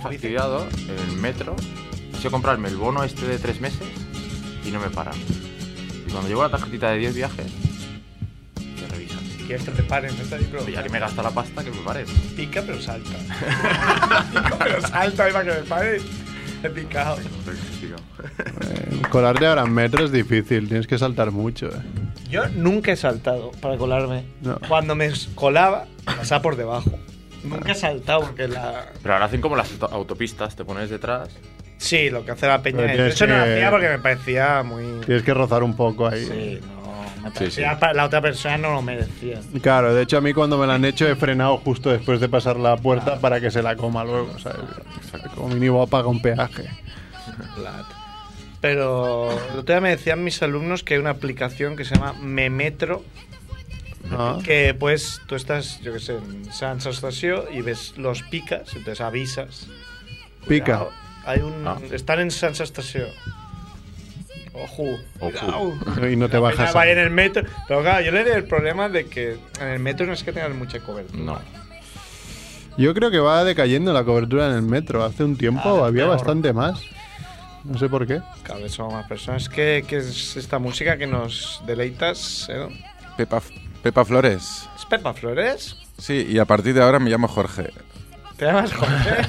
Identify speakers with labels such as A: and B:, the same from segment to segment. A: fastidiado el metro. Quise comprarme el bono este de tres meses y no me paran. Y cuando llevo la tarjetita de 10 viajes, te revisan.
B: Quieres que te paren, ¿no? Ahí, pero
A: Pero ya que me gasta la pasta, que me pares.
B: Pica pero salta. Pica pero salta, ahí para que me pare. He picado.
C: Eh, colarte ahora en metro es difícil, tienes que saltar mucho. eh.
B: Yo nunca he saltado para colarme.
C: No.
B: Cuando me colaba, pasaba por debajo. Nunca he saltado porque la.
A: Pero ahora hacen como las auto- autopistas, te pones detrás.
B: Sí, lo que hace la peña.
C: Pero
B: es-
C: tienes
B: Eso no lo
C: que-
B: hacía porque me parecía muy.
C: Tienes que rozar un poco ahí.
B: Sí, no. Me
A: Sí,
B: parecía
A: sí.
B: pa- La otra persona no lo merecía.
C: Claro, de hecho a mí cuando me la han hecho he frenado justo después de pasar la
B: Ah.
C: puerta para que se la coma luego, ¿sabes? Como mínimo apaga un peaje.
B: Pero el otro día me decían mis alumnos que hay una aplicación que se llama Memetro,
C: Ah,
B: que pues tú estás, yo qué sé, en San Estació y ves los picas, entonces avisas.
C: Pica.
B: Cuidado, Hay un,
A: Ah.
B: Están en San Estació. Ojo.
A: Ojo.
B: cuidado.
C: Y no te
B: La
C: bajas.
B: peña va en el metro. Pero claro, yo le doy el problema de que en el metro no es que tengas mucha cobertura.
A: No.
C: Yo creo que va decayendo la cobertura en el metro. Hace un tiempo
B: Ah,
C: había
B: peor.
C: bastante más. No sé por qué.
B: Cada vez somos más personas. ¿Qué, qué es esta música que nos deleitas? Edu?
D: Pepa, Pepa Flores.
B: ¿Es Pepa Flores?
D: Sí, y a partir de ahora me llamo Jorge.
B: ¿Te llamas Jorge?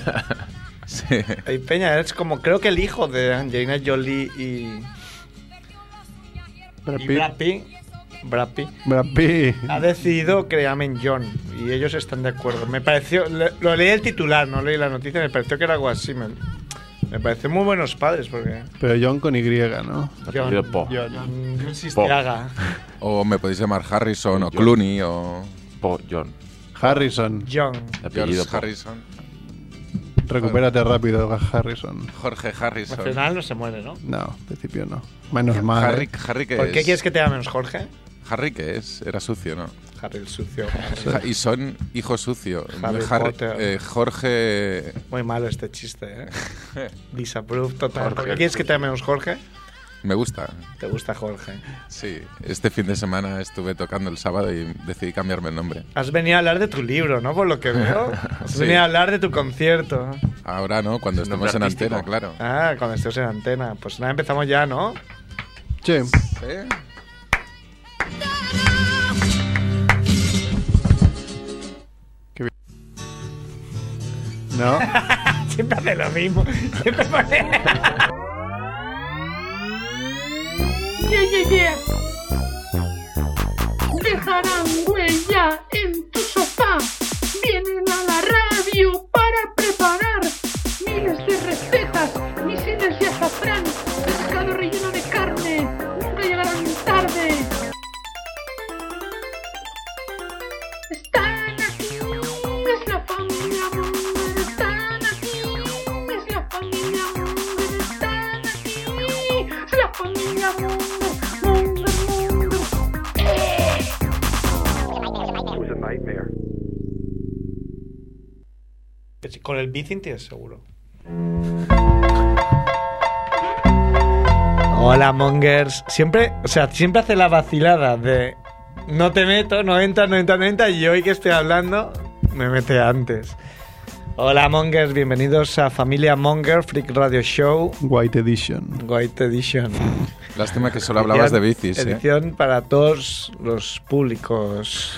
D: Sí.
B: Ey, Peña, eres como creo que el hijo de Angelina Jolie y,
C: Brad
B: y
C: Pitt.
B: Brad Pitt. Brad Pitt
C: Brad Pitt.
B: ha decidido que le llamen John y ellos están de acuerdo. Me pareció, le- lo leí el titular, no leí la noticia, me pareció que era algo así. Me, me pareció muy buenos padres porque
C: Pero John con Y, ¿no?
B: John,
A: Yo, po.
C: John.
B: John Sistiaga,
D: O me podéis llamar Harrison o
A: Yo-
D: Clooney o
A: Po, John.
C: Harrison.
B: John.
A: De
D: George
A: apellido po.
D: Harrison.
C: Recupérate rápido, Harrison.
D: Jorge
B: Al
D: Harrison.
B: final no se muere, ¿no?
C: No, en principio no. Menos mal. ¿eh?
D: Harry, Harry que
B: ¿Por qué
D: es?
B: quieres que te llamen Jorge?
D: Harry que es, era sucio, ¿no?
B: Harry el sucio.
D: Ja- Y son hijo sucio.
B: Harry
D: Harry-
B: Potter.
D: eh, Jorge.
B: Muy malo este chiste, ¿eh? Disapprove total.
A: Jorge
B: ¿Por qué
A: el
B: quieres que te llamen Jorge?
D: Me gusta.
B: Te gusta Jorge.
D: Sí. Este fin de semana estuve tocando el sábado y decidí cambiarme el nombre.
B: Has venido a hablar de tu libro, ¿no? Por lo que veo. Has
D: Sí.
B: venido a hablar de tu concierto.
D: Ahora no, cuando
A: Es un
D: estemos en
A: nombre
D: antena, claro.
A: artístico.
B: Ah, cuando estés en antena. Pues nada, empezamos ya, ¿no?
C: Che,
D: ¿Eh?
C: ¿no?
B: Siempre hace lo mismo. Siempre pone...
E: Yeah, yeah, yeah. Dejarán huella en tu sofá. Vienen a la radio para preparar miles de recetas, misiles de azafrán, pescado relleno de carne. Nunca llegarán tarde. Están aquí, es la familia Munger. Están aquí, es la familia Munger. Están aquí, es la familia Munger. Munger, Munger.
B: Con el bici tienes seguro. Hola, mongers. Siempre, o sea, siempre hace la vacilada de no te meto, no entra, no entra, no entra. Y hoy que estoy hablando, me mete antes. Hola, mongers. Bienvenidos a Familia Monger Freak Radio Show.
C: White Edition.
B: White Edition.
D: Lástima que solo hablabas de bicis, ¿eh?
B: Edición para todos los públicos.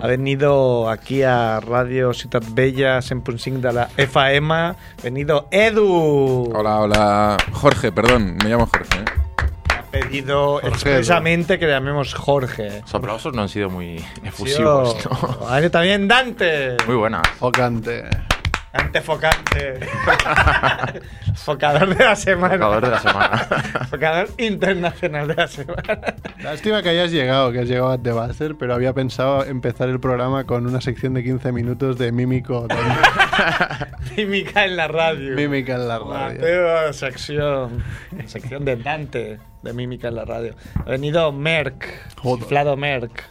B: Ha venido aquí a Radio Ciudad Bella, 100.5 de la FM. Ha venido Edu.
D: Hola, hola. Jorge, perdón, me llamo Jorge. ¿eh?
B: Ha pedido
C: Jorge
B: expresamente que le llamemos Jorge.
A: Los aplausos no han sido muy efusivos,
B: Sí, oh.
A: ¿no?
B: o- ha venido también Dante.
A: Muy buenas.
C: Ocante.
B: Dante Focante. Focador de la semana.
A: Jugador de la semana.
B: Focador internacional de la semana.
C: Lástima que hayas llegado, que has llegado a The Buzzer, pero había pensado empezar el programa con una sección de 15 minutos de mímico. de
B: Mímica en la radio.
C: mímica en la radio.
B: Mateo, sección, sección de Dante, de mímica en la radio. Ha venido Merck,
C: Joder.
B: inflado Merck.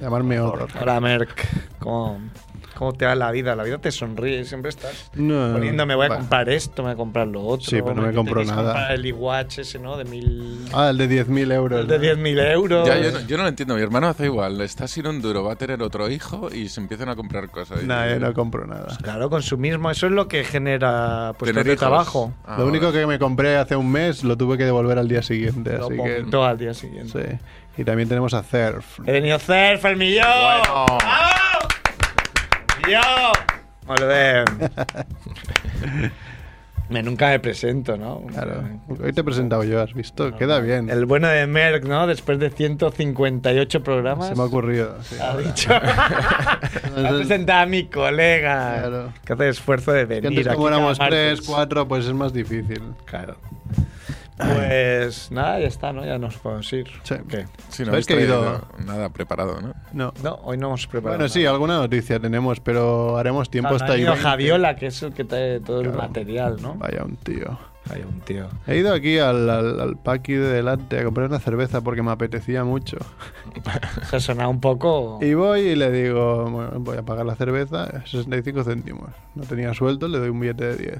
C: Llamarme otro.
B: Hola Merck, ¿cómo, cómo cómo te va la vida. La vida te sonríe y siempre estás
C: No,
B: poniendo, me voy a
C: bueno.
B: comprar esto, me voy a comprar lo otro.
C: Sí, pero no me
B: te
C: compro
B: quieres
C: nada.
B: comprar el iWatch ese, ¿no? De mil...
C: Ah, el de 10.000 euros.
B: De 10.000 euros.
D: Ya, yo, no, yo no lo entiendo. Mi hermano hace igual. Está sin un duro, va a tener otro hijo y se empiezan a comprar cosas.
C: Nah,
D: Y-
C: yo no compro nada.
B: Claro, consumismo, eso es lo que genera puestos
D: Tener
B: de
D: hijos.
B: trabajo.
D: Ah,
C: lo único
D: vale.
C: que me compré hace un mes lo tuve que devolver al día siguiente,
B: Lo
C: así que...
B: vomitó al día
C: Sí.
B: siguiente.
C: Y también tenemos a Cerf.
B: He venido a hacer Fermillo.
A: Bueno.
B: ¡Bravo! ¡Yo! Molt bé. Me nunca me presento, ¿no?
C: Claro. Hoy te he presentado yo, has visto. Queda bien.
B: El bueno de Merck, ¿no? Después de 158 programas.
C: Se me ha ocurrido. sí.
B: Ha dicho. ha presentado a mi colega.
C: Claro.
B: Que hace esfuerzo de
C: Que
B: venir.
C: antes como
B: aquí cada
C: éramos
B: martes.
C: tres, cuatro, pues es más difícil.
B: Claro. Pues nada, ya está, ¿no? Ya nos podemos ir.
C: Sí.
B: ¿Qué?
D: Sí, no
C: ¿Sabes
D: habéis
C: que he ido-
D: traído nada preparado, ¿no?
C: No.
B: No, hoy no hemos preparado.
C: Bueno, sí,
B: nada.
C: alguna noticia tenemos, pero haremos tiempo
B: Ha
C: hasta ahí.
B: venido Javiola, que es el que trae todo el
C: Claro.
B: material, ¿no?
C: Vaya un tío.
B: Hay un tío.
C: He ido aquí al, al, al paqui de delante a comprar una cerveza porque me apetecía mucho.
B: Se ha sonado un poco.
C: Y voy y le digo, bueno, voy a pagar la cerveza, eh, 65 céntimos. No tenía suelto, le doy un billete de 10.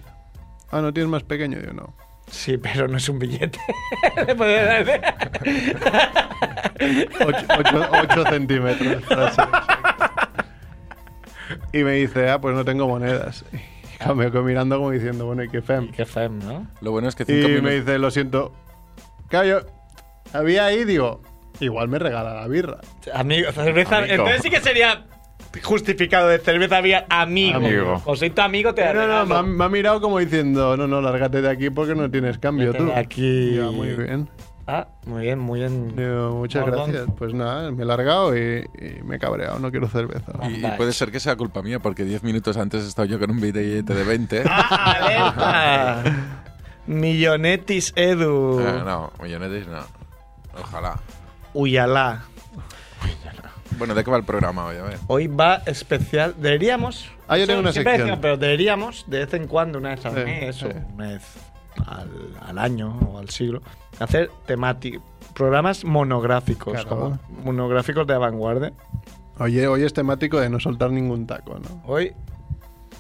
C: Ah, ¿no tienes más pequeño? Digo, no.
B: Sí, pero no es un billete. Pues, Le podía dar-
C: 8 centímetros. para ser exacto. Y me dice, ah, pues no tengo monedas. Y claro, me quedo mirando como diciendo, bueno, ¿y qué fem?
B: Qué fem, ¿no?
D: Lo bueno es que cinco
C: Y
D: minutos.
C: me dice, lo siento. Claro, yo había ahí, digo, igual me regala la birra.
B: Amigo, cerveza.
A: Amigo.
B: Entonces sí que sería justificado de cerveza vía amigo.
A: Amigo.
B: O soy tu amigo, te
C: No, no,
B: regalo.
C: me ha, me ha mirado como diciendo, no, no, lárgate de aquí porque no tienes cambio
B: Vete de
C: tú.
B: aquí.
C: Ya, muy bien.
B: Ah, muy bien, muy bien.
C: Digo, muchas
B: Mordón.
C: gracias. Pues nada, me he largado y, y me he cabreado, no quiero cerveza.
D: Y- Y,
B: Vale.
D: puede ser que sea culpa mía, porque 10 minutos antes he estado yo con un billete de 20.
B: ¡Ah, alerta! Millonetis Edu.
D: Ah, no, millonetes no. Ojalá.
B: Uyalá.
D: Bueno, ¿de qué va el programa hoy? A ver.
B: Hoy va especial. Deberíamos.
C: Ah, yo
B: eso
C: tengo una
B: siempre
C: sección.
B: decimos, pero deberíamos, de vez en cuando, una vez al
C: Sí,
B: mes
C: sí.
B: o una vez al, al año o al siglo, hacer temáticos. Programas monográficos,
C: Claro.
B: como monográficos de vanguardia.
C: Oye, hoy es temático de no soltar ningún taco, ¿no?
B: Hoy,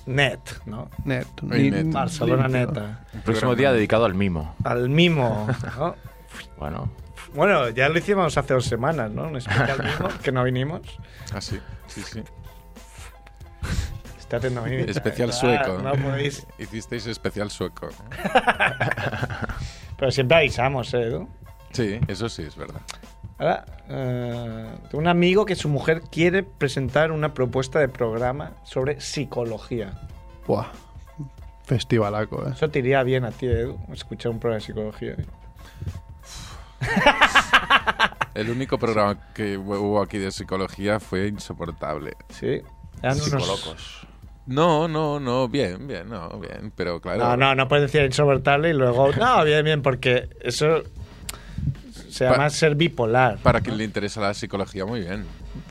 B: net, ¿no?
C: Net.
D: Hoy
C: ni-
D: net.
C: ni-
B: Barcelona
C: limpio.
B: neta.
A: El próximo día dedicado al mimo.
B: Al mimo, ¿no?
A: Bueno,
B: Bueno, ya lo hicimos hace dos semanas, ¿no? Un especial mimo, que no vinimos.
D: Así. Ah, sí, sí.
B: Está haciendo mimita,
D: Especial
B: ¿verdad?
D: sueco.
B: No podéis.
D: Hicisteis especial sueco.
B: Pero siempre avisamos, ¿eh, Edu?
D: Sí, eso sí, es verdad.
B: Ahora, eh, tengo un amigo que su mujer quiere presentar una propuesta de programa sobre psicología.
C: Buah. Festivalaco, ¿eh?
B: Eso te iría bien a ti, Edu, escuchar un programa de psicología.
D: El único programa que hubo aquí de psicología fue insoportable.
B: Sí. Eran unos-
A: psicolocos.
D: No, no, no, bien, bien, no, bien, pero claro.
B: No, no, no puedes decir insoportable y luego. No, bien, bien, porque eso se
D: Pa-
B: llama ser bipolar.
D: Para quien le interesa la psicología, muy bien.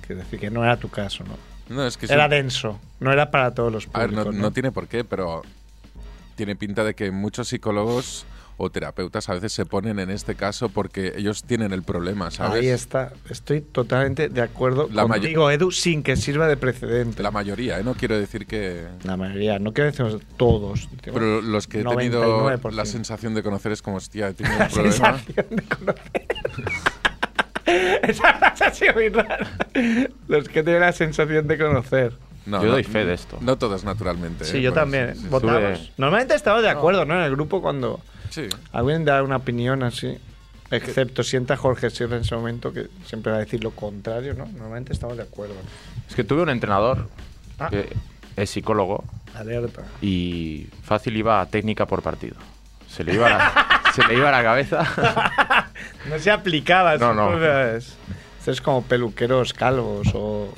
B: Que decir que no era tu caso, ¿no?
D: No, es que
B: Era
D: sí.
B: denso, no era para todos los
D: A ver, no,
B: públicos.
D: no tiene por qué, pero tiene pinta de que muchos psicólogos o terapeutas a veces se ponen en este caso porque ellos tienen el problema, ¿sabes?
B: Ahí está, estoy totalmente de acuerdo
D: La mayo-
B: contigo, Edu, sin que sirva de precedente.
D: La mayoría, ¿eh? no quiero decir que...
B: La mayoría, no quiero decir todos. digo,
D: Pero los que he tenido
B: 99%.
D: la sensación de conocer es como, hostia, he tenido un
B: La
D: problema.
B: sensación de conocer. Esa frase ha sido muy rara. Los que tienen la sensación de conocer.
D: No,
A: Yo
D: no,
A: doy fe de esto.
D: No todos, naturalmente.
B: Sí,
D: ¿eh?
B: yo
D: Por eso,
B: también. ¿eh?
D: sí, sí.
B: Votamos.
A: Sube.
B: Normalmente estamos de acuerdo, ¿no? En el grupo cuando
D: Sí.
B: alguien da una opinión así. Excepto sienta Jorge Sierra en ese momento que siempre va a decir lo contrario, ¿no? Normalmente estamos de acuerdo.
A: Es que tuve un entrenador
B: Ah.
A: que es psicólogo
B: Alerta.
A: y fácil iba a técnica por partido. Se le iba la, se le iba la cabeza.
B: No se aplicaba.
A: No,
B: esas
A: no.
B: cosas. Esto es como peluqueros calvos o...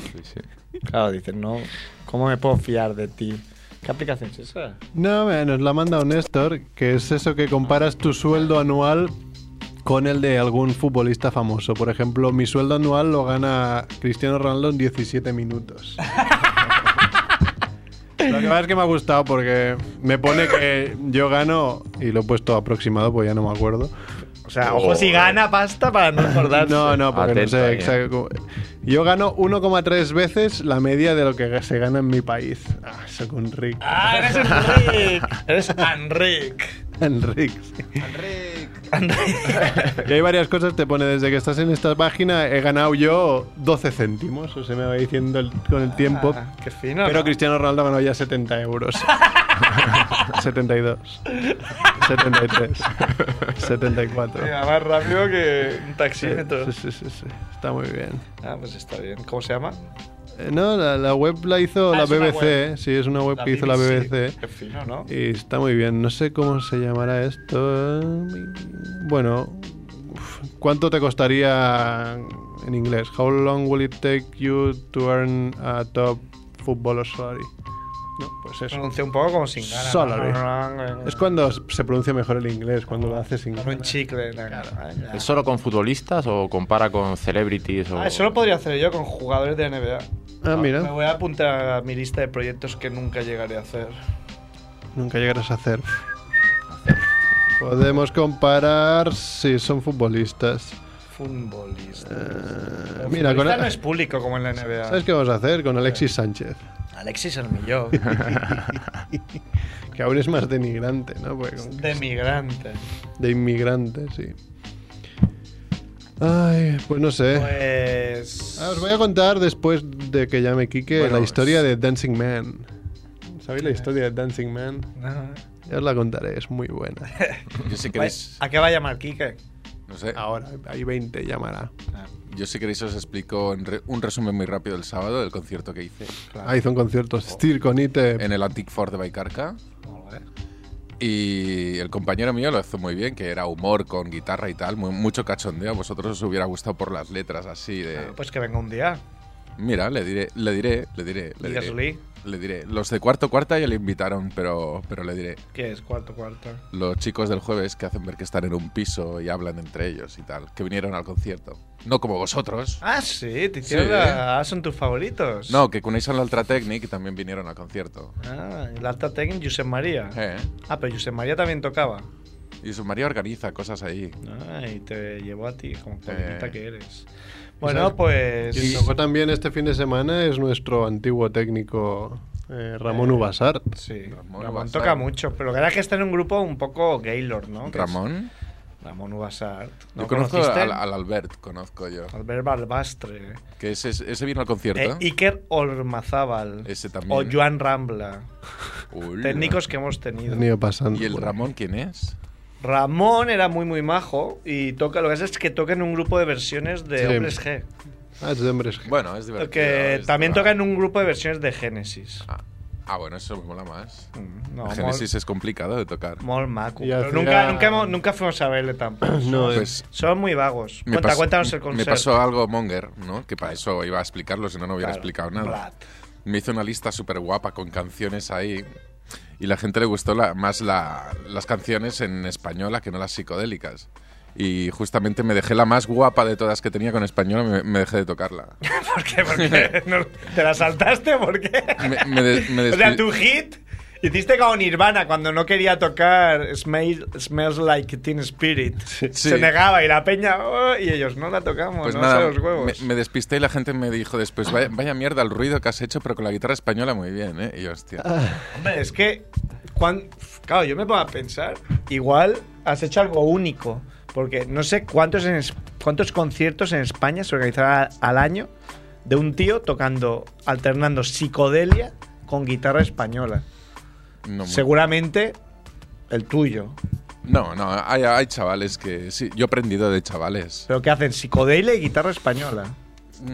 B: Claro, dicen, no, ¿cómo me puedo fiar de ti? ¿Qué aplicación es esa?
C: No, mira, nos la ha mandado Néstor, que es eso que comparas tu sueldo anual con el de algún futbolista famoso. Por ejemplo, mi sueldo anual lo gana Cristiano Ronaldo en 17 minutos. Lo que pasa es que me ha gustado porque me pone que yo gano, y lo he puesto aproximado, pues ya no me acuerdo.
B: O sea, ojo si gana pasta para no acordarse.
C: Oh. No, no, porque
A: Atento
C: no sé
A: ahí, eh.
C: exacto. Yo gano 1,3 veces la media de lo que se gana en mi país. Ah, soy un ric.
B: ¡Ah, eres Enric! eres Enric.
C: Enric, sí. Y hay varias cosas, te pone desde que estás en esta página, he ganado yo 12 céntimos, o se me va diciendo el- con el tiempo.
B: Ah, qué fino.
C: Pero
B: ¿no?
C: Cristiano Ronaldo ganó ya 70 euros. 72. 73. 74.
B: Mira, más rápido que un taxímetro.
C: Sí, sí, sí, sí. Está muy bien.
B: Ah, pues está bien. ¿Cómo se llama?
C: Eh, No, la, la web la hizo
B: Ah,
C: la
B: es una
C: BBC.
B: web.
C: Sí, es una web que hizo la
B: BBC.
C: BBC.
B: Qué fino, ¿no?
C: Y está muy bien. No sé cómo se llamará esto. Bueno, uf, ¿cuánto te costaría en inglés? How long will it take you to earn a top footballer salary? No, pues
B: Se
C: eso.
B: pronuncia un poco como sin ganas.
C: Salary. Es cuando se pronuncia mejor el inglés, cuando lo haces sin
B: Con un
C: ganas.
B: chicle en la cara.
A: ¿Es solo con futbolistas o compara con celebrities? O...
B: Ah, eso lo podría hacer yo con jugadores de NBA.
C: Ah,
B: Me
C: mira,
B: voy a apuntar a mi lista de proyectos que nunca llegaré a hacer.
C: nunca llegarás a hacer. Podemos comparar si son futbolistas.
B: Futbolista.
C: Eh,
B: El
C: mira, con
B: futbolista no es público como en la NBA.
C: ¿Sabes qué vamos a hacer con Alexis Sánchez?
B: Alexis el millón.
C: Que aún es más denigrante, ¿no? Porque con-
B: de migrante.
C: De inmigrante, sí. Ay, pues no sé.
B: Pues.
C: Ah, os voy a contar después de que llame Quique
A: Bueno,
C: la historia
A: es-
C: de Dancing Man. pues- ¿Sabéis la historia de Dancing Man?
B: No.
C: Ya os la contaré, es muy buena.
D: Yo si queréis,
B: ¿A qué va a llamar Kike?
D: no sé,
C: Ahora, hay 20 llamará.
D: yo si queréis os explico en re- un resumen muy rápido el sábado del concierto que hice
C: Ah, hizo un concierto Stir con Ite.
D: en el Antic Ford de Baicarca. Y el compañero mío lo hizo muy bien, que era humor con guitarra y tal, muy- mucho cachondeo. A vosotros os hubiera gustado por las letras así
C: Eh.
D: de...
B: Pues que venga un día.
D: Mira, le diré, le diré, le diré, le
B: Digas
D: diré.
B: Lee.
D: Le diré. Los de cuarto cuarta ya le invitaron, pero, pero le diré.
B: ¿Qué es? Cuarto, cuarto.
D: Los chicos del jueves que hacen ver que están en un piso y hablan entre ellos y tal, que vinieron al concierto. No como vosotros.
B: Ah, sí, te hicieron
D: Sí.
B: la- ah, son tus favoritos.
D: No, que Kuneisan la Ultra Technic también vinieron al concierto.
B: Ah, el Alta Tech en Josep María.
D: Eh,
B: Ah, pero Josep María también tocaba.
D: Y su María organiza cosas ahí.
B: Ah, y te llevó a ti, como
D: Eh.
B: colinita que eres. Bueno,
C: ¿Sabes?
B: pues.
C: Quien tocó también este fin de semana es nuestro antiguo técnico eh, Ramón Ubasart.
B: Sí,
D: Ramón
B: Ramón,
D: Ubasart.
B: toca mucho, pero la verdad es que está en un grupo un poco gaylord, ¿no? Que es
D: Ramón.
B: Ramón Ubasart. ¿No
D: yo conozco
B: conociste?
D: al, al Albert, conozco yo.
B: Albert Balbastre.
D: Que ese, ese vino al
B: Eh,
D: concierto.
B: Iker Ormazábal.
D: Ese también. ¿eh?
B: O Joan Rambla.
D: Ula.
B: Técnicos que hemos tenido.
C: Han ido pasando.
D: ¿Y el
C: por-
D: Ramón quién es?
B: Ramón era muy, muy majo y toca, lo que hace es que toca en un grupo de versiones de
C: Sí.
B: Hombres G.
C: Ah, es de hombres. G.
D: Bueno, es divertido.
B: Que
D: es
B: también
D: de-
B: toca en un grupo de versiones de Génesis.
D: Ah, eh. ah, bueno, eso me mola más.
B: Mm, No,
D: Genesis es complicado de tocar.
B: Mol maco.
C: Y
B: Pero
C: hacía-
B: nunca, nunca, hemos- nunca fuimos a verle tampoco.
C: No, eh.
D: Pues
C: es-
B: Son muy vagos.
D: me
B: Cuenta,
D: pas-
B: cuéntanos el concierto.
D: Me pasó algo Monger, ¿no? Que para eso iba a explicarlo, si no, no hubiera
B: Claro,
D: explicado nada.
B: Brat.
D: Me hizo una lista súper guapa con canciones ahí. Y la gente le gustó la- más la- las canciones en española que no las psicodélicas. Y justamente me dejé la más guapa de todas que tenía con española, me, me dejé de tocarla.
B: ¿Por qué? ¿Por qué? ¿No- ¿Te la saltaste? ¿Por qué?
D: Me, me de- me
B: o sea,
D: despi-
B: tu hit hiciste como Nirvana cuando no quería tocar Smell- Smells Like Teen Spirit. Se
D: Sí.
B: negaba y la peña. "Oh", y ellos, no la tocamos,
D: Pues
B: no
D: nada,
B: sé los huevos.
D: Me, me despisté y la gente me dijo después, vaya, vaya mierda el ruido que has hecho, pero con la guitarra española muy bien, ¿eh? Y yo, hostia.
B: Ah, Hombre, es que. cuan- claro, yo me pongo a pensar. Igual has hecho algo único. Porque no sé cuántos, en es- cuántos conciertos en España se organizarán al año de un tío tocando, alternando psicodelia con guitarra española.
D: No, muy-
B: Seguramente el tuyo.
D: no, no, hay, hay chavales que... Sí, yo he aprendido de chavales.
B: Pero ¿qué hacen? Psicodelia y guitarra española.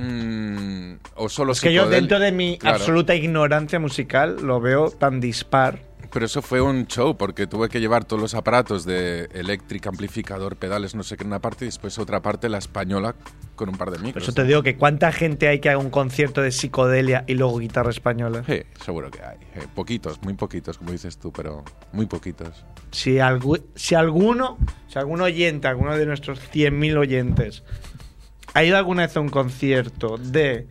D: Mm, o solo
B: Es que yo
D: psicodélicos.
B: dentro de mi
D: Claro.
B: absoluta ignorancia musical lo veo tan dispar.
D: Pero eso fue un show, porque tuve que llevar todos los aparatos de eléctrica, amplificador, pedales, no sé qué, en una parte, y después otra parte, la española, con un par de
B: Por
D: micros.
B: eso te digo que cuánta gente hay que haga un concierto de psicodelia y luego guitarra española.
D: Sí, seguro que hay. eh, poquitos, muy poquitos, como dices tú, pero muy poquitos.
B: Si, algu- si alguno, si algún oyente, alguno de nuestros 100.000 oyentes, ha ido alguna vez a un concierto de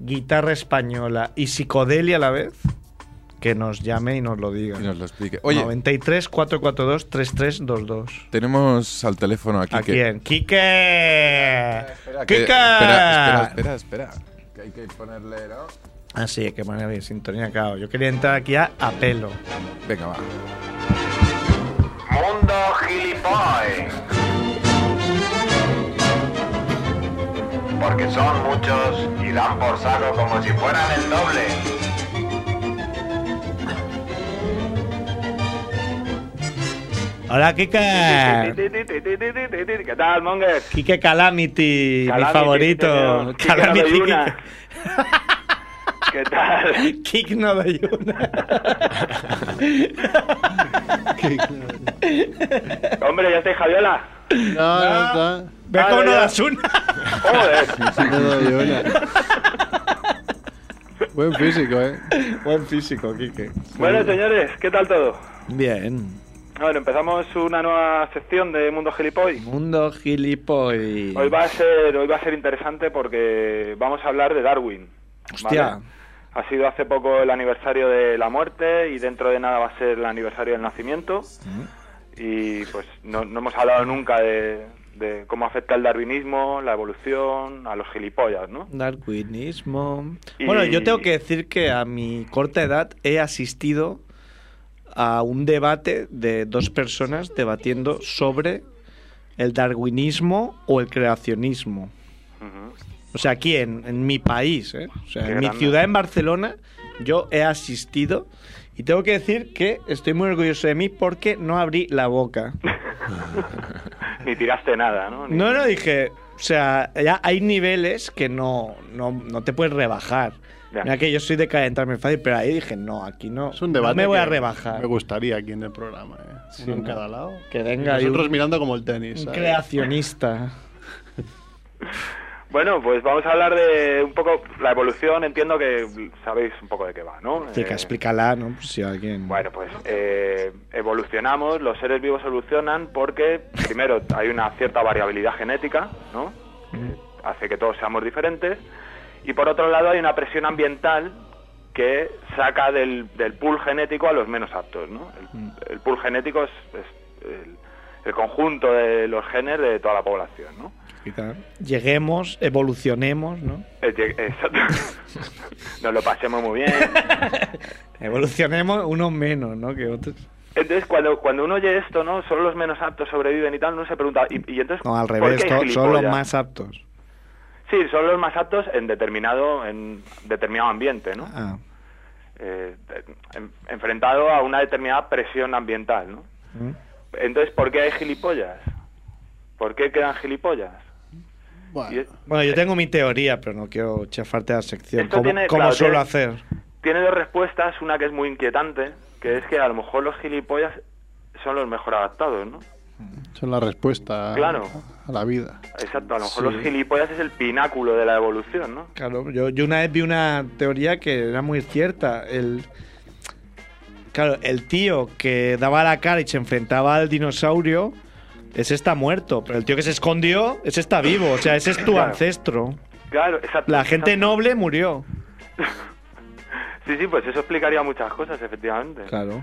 B: guitarra española y psicodelia a la vez, que nos llame y nos lo diga.
D: Y nos lo explique. Oye,
B: 93 442 3322.
D: tenemos al teléfono aquí.
B: ¿A
D: que- Ah,
B: quién? ¡Quique!
D: Espera, que-
B: ¡Quique!
D: espera, espera, espera, espera. Que hay que ponerle, ¿no?
B: Ah, sí, qué manera de sintonía, claro. Yo quería entrar aquí a apelo.
D: Venga, va.
F: Mundo Gilipoy. Porque son muchos y dan por saco como si fueran el doble.
B: Hola, Quique.
G: Ah. ¿Qué tal, Monger?
B: Quique Calamity, mi
G: Calamity,
B: favorito.
G: señor. Quique no doy
B: Quique.
G: una. ¿Qué tal?
B: Kick no doy una.
C: Que- no,
G: Hombre, ya estáis, Javiola.
C: no, no.
B: ¿Ves
G: Vale,
B: cómo no
G: ya.
B: das una?
G: Joder.
C: No doy una. Buen físico, ¿eh?
B: Buen físico, Quique.
G: Bueno, señores, ¿qué tal todo?
B: Bien.
G: Bueno, empezamos una nueva sección de Mundo Gilipoy.
B: Mundo gilipoy.
G: Hoy va a ser, hoy va a ser interesante porque vamos a hablar de Darwin. ¿vale?
B: Hostia.
G: Ha sido hace poco el aniversario de la muerte y dentro de nada va a ser el aniversario del nacimiento.
B: Mm.
G: Y pues no, no hemos hablado nunca de, de cómo afecta el darwinismo, la evolución, a los gilipollas, ¿no?
B: Darwinismo.
G: Y-
B: Bueno, yo tengo que decir que a mi corta edad he asistido a un debate de dos personas debatiendo sobre el darwinismo o el creacionismo.
G: Ujú.
B: O sea, aquí en, en mi país, ¿eh? o sea,
G: Qué
B: en mi
G: grande.
B: ciudad, en Barcelona, yo he asistido y tengo que decir que estoy muy orgulloso de mí porque no abrí la boca.
G: Ni tiraste nada, ¿no? Ni-
B: No, no, dije, o sea, ya hay niveles que no, no, no te puedes rebajar.
G: Ya.
B: Mira que yo soy de calentarme fácil, pero ahí dije, no, aquí no.
C: Es un debate.
B: No me voy a
C: que
B: rebajar.
C: Me gustaría aquí en el programa, ¿eh? Uno en cada lado.
B: Que venga ahí
C: Nosotros
B: un,
C: mirando como el tenis.
B: un
C: ¿sabes?
B: creacionista.
G: Bueno, pues vamos a hablar de un poco la evolución. Entiendo que sabéis un poco de qué va, ¿no?
B: Explica,
G: Eh,
B: explícala, ¿no? Si alguien.
G: Bueno, pues eh, evolucionamos, los seres vivos evolucionan porque, primero, hay una cierta variabilidad genética, ¿no? Que Hace que todos seamos diferentes. Y por otro lado, hay una presión ambiental que saca del, del pool genético a los menos aptos, ¿no? El, el pool genético es, es el, el conjunto de los genes de toda la población, ¿no?
B: explica. Lleguemos, evolucionemos, ¿no?
G: Eh, lleg- Exacto. Nos lo pasemos muy bien.
B: Evolucionemos unos menos, ¿no? Que otros.
G: Entonces, cuando, cuando uno oye esto, ¿no? Solo los menos aptos sobreviven y tal, uno se pregunta, ¿y, y entonces
B: No, al
G: por
B: revés,
G: qué hay
B: to- son los
G: gilipollas?
B: más aptos.
G: Sí, son los más aptos en determinado, en determinado ambiente, ¿no?
B: Ah.
G: Eh, en- enfrentado a una determinada presión ambiental, ¿no?
B: ¿Mm?
G: Entonces, ¿por qué hay gilipollas? ¿Por qué quedan gilipollas?
B: Ah.
G: Y
C: Bueno,
G: es-
B: Bueno, yo tengo mi teoría, pero no quiero chafarte la sección.
G: Esto
B: Como,
G: tiene-
B: como
G: claro, tiene-
B: suelo hacer.
G: Tiene dos respuestas, una que es muy inquietante, que es que a lo mejor los gilipollas son los mejor adaptados, ¿no?
C: son la respuesta a-
G: Claro.
C: a la vida.
G: Exacto, a lo mejor los gilipollas es el pináculo de la evolución, ¿no?
B: Claro, yo, yo una vez vi una teoría que era muy cierta. El, claro, el tío que daba la cara y se enfrentaba al dinosaurio, ese está muerto. Pero el tío que se escondió, ese está vivo. O sea, ese es tu
G: Claro.
B: ancestro.
G: Claro, exacto.
B: La gente
G: exacto.
B: noble murió.
G: Sí, sí, pues eso explicaría muchas cosas, efectivamente.
B: Claro.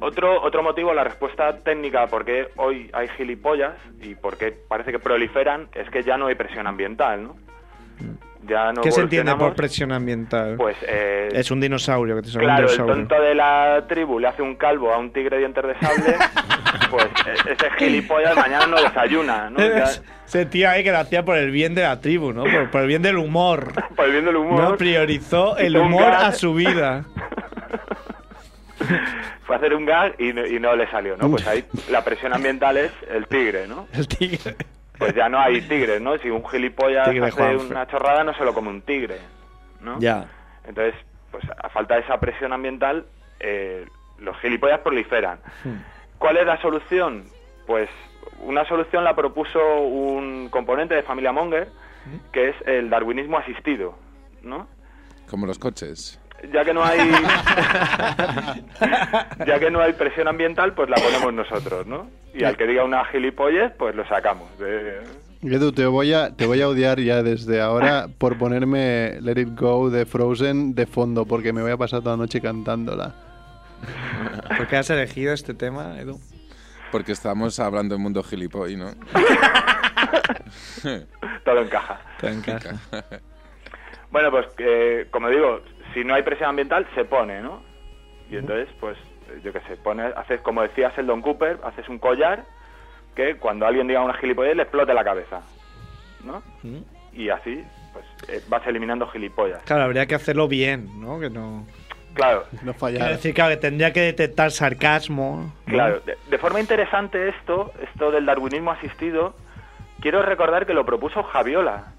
G: Otro, otro motivo, la respuesta técnica por qué hoy hay gilipollas y por qué parece que proliferan es que ya no hay presión ambiental, ¿no? Ya no
B: Mm. ¿Qué se entiende por
G: evolucionamos.
B: presión ambital?
G: Pues eh,
B: es un dinosaurio que te sobra un
G: claro, el
B: dinosaurio.
G: tonto de la tribu le hace un calvo a un tigre dientes de sable, pues eh, ese gilipollas mañana no desayuna, ¿no? Ya,
B: Ese tío ahí que lo hacía por el bien de la tribu, ¿no? Por, por el bien del humor.
G: volviendo el humor.
B: No priorizó el
G: Hizo un
B: humor
G: gag.
B: a su vida.
G: Fue a hacer un gag y no, y no le salió, ¿no? Pues ahí la presión ambiental es el tigre, ¿no?
B: El tigre.
G: Pues ya no hay tigres, ¿no? Si un gilipollas
B: Tigre
G: hace
B: Juanfe.
G: una chorrada, no se lo come un tigre, ¿no?
B: Ya.
G: Entonces, pues a falta de esa presión ambiental, eh, los gilipollas proliferan.
B: Hmm.
G: ¿Cuál es la solución? Pues una solución la propuso un componente de Familia Monger,
B: Hmm.
G: que es el darwinismo asistido, ¿no?
D: Como los coches.
G: Ya que no hay ya que no hay presión ambiental, pues la ponemos nosotros, ¿no? Y al que diga una gilipollez, pues lo sacamos de-
C: Edu, te voy, a, te voy a odiar ya desde ahora por ponerme Let It Go de Frozen de fondo, porque me voy a pasar toda la noche cantándola.
B: ¿Por qué has elegido este tema, Edu?
D: Porque estamos hablando en mundo gilipoy, ¿no?
G: Todo encaja.
B: Te encaja.
G: Bueno, pues eh, como digo, si no hay presión ambiental, se pone, ¿no? Y entonces, pues, yo qué sé, pone, haces, como decía Sheldon Cooper, haces un collar que cuando alguien diga una gilipollez le explote la cabeza, ¿no? Y así, pues, eh, vas eliminando gilipollas.
B: Claro, habría que hacerlo bien, ¿no? Que no.
G: Claro,
C: No
B: Quiero
C: fallar.
B: decir, claro, que tendría que detectar sarcasmo. ¿no?
G: Claro, de, de forma interesante esto, esto del darwinismo asistido, quiero recordar que lo propuso Javiola.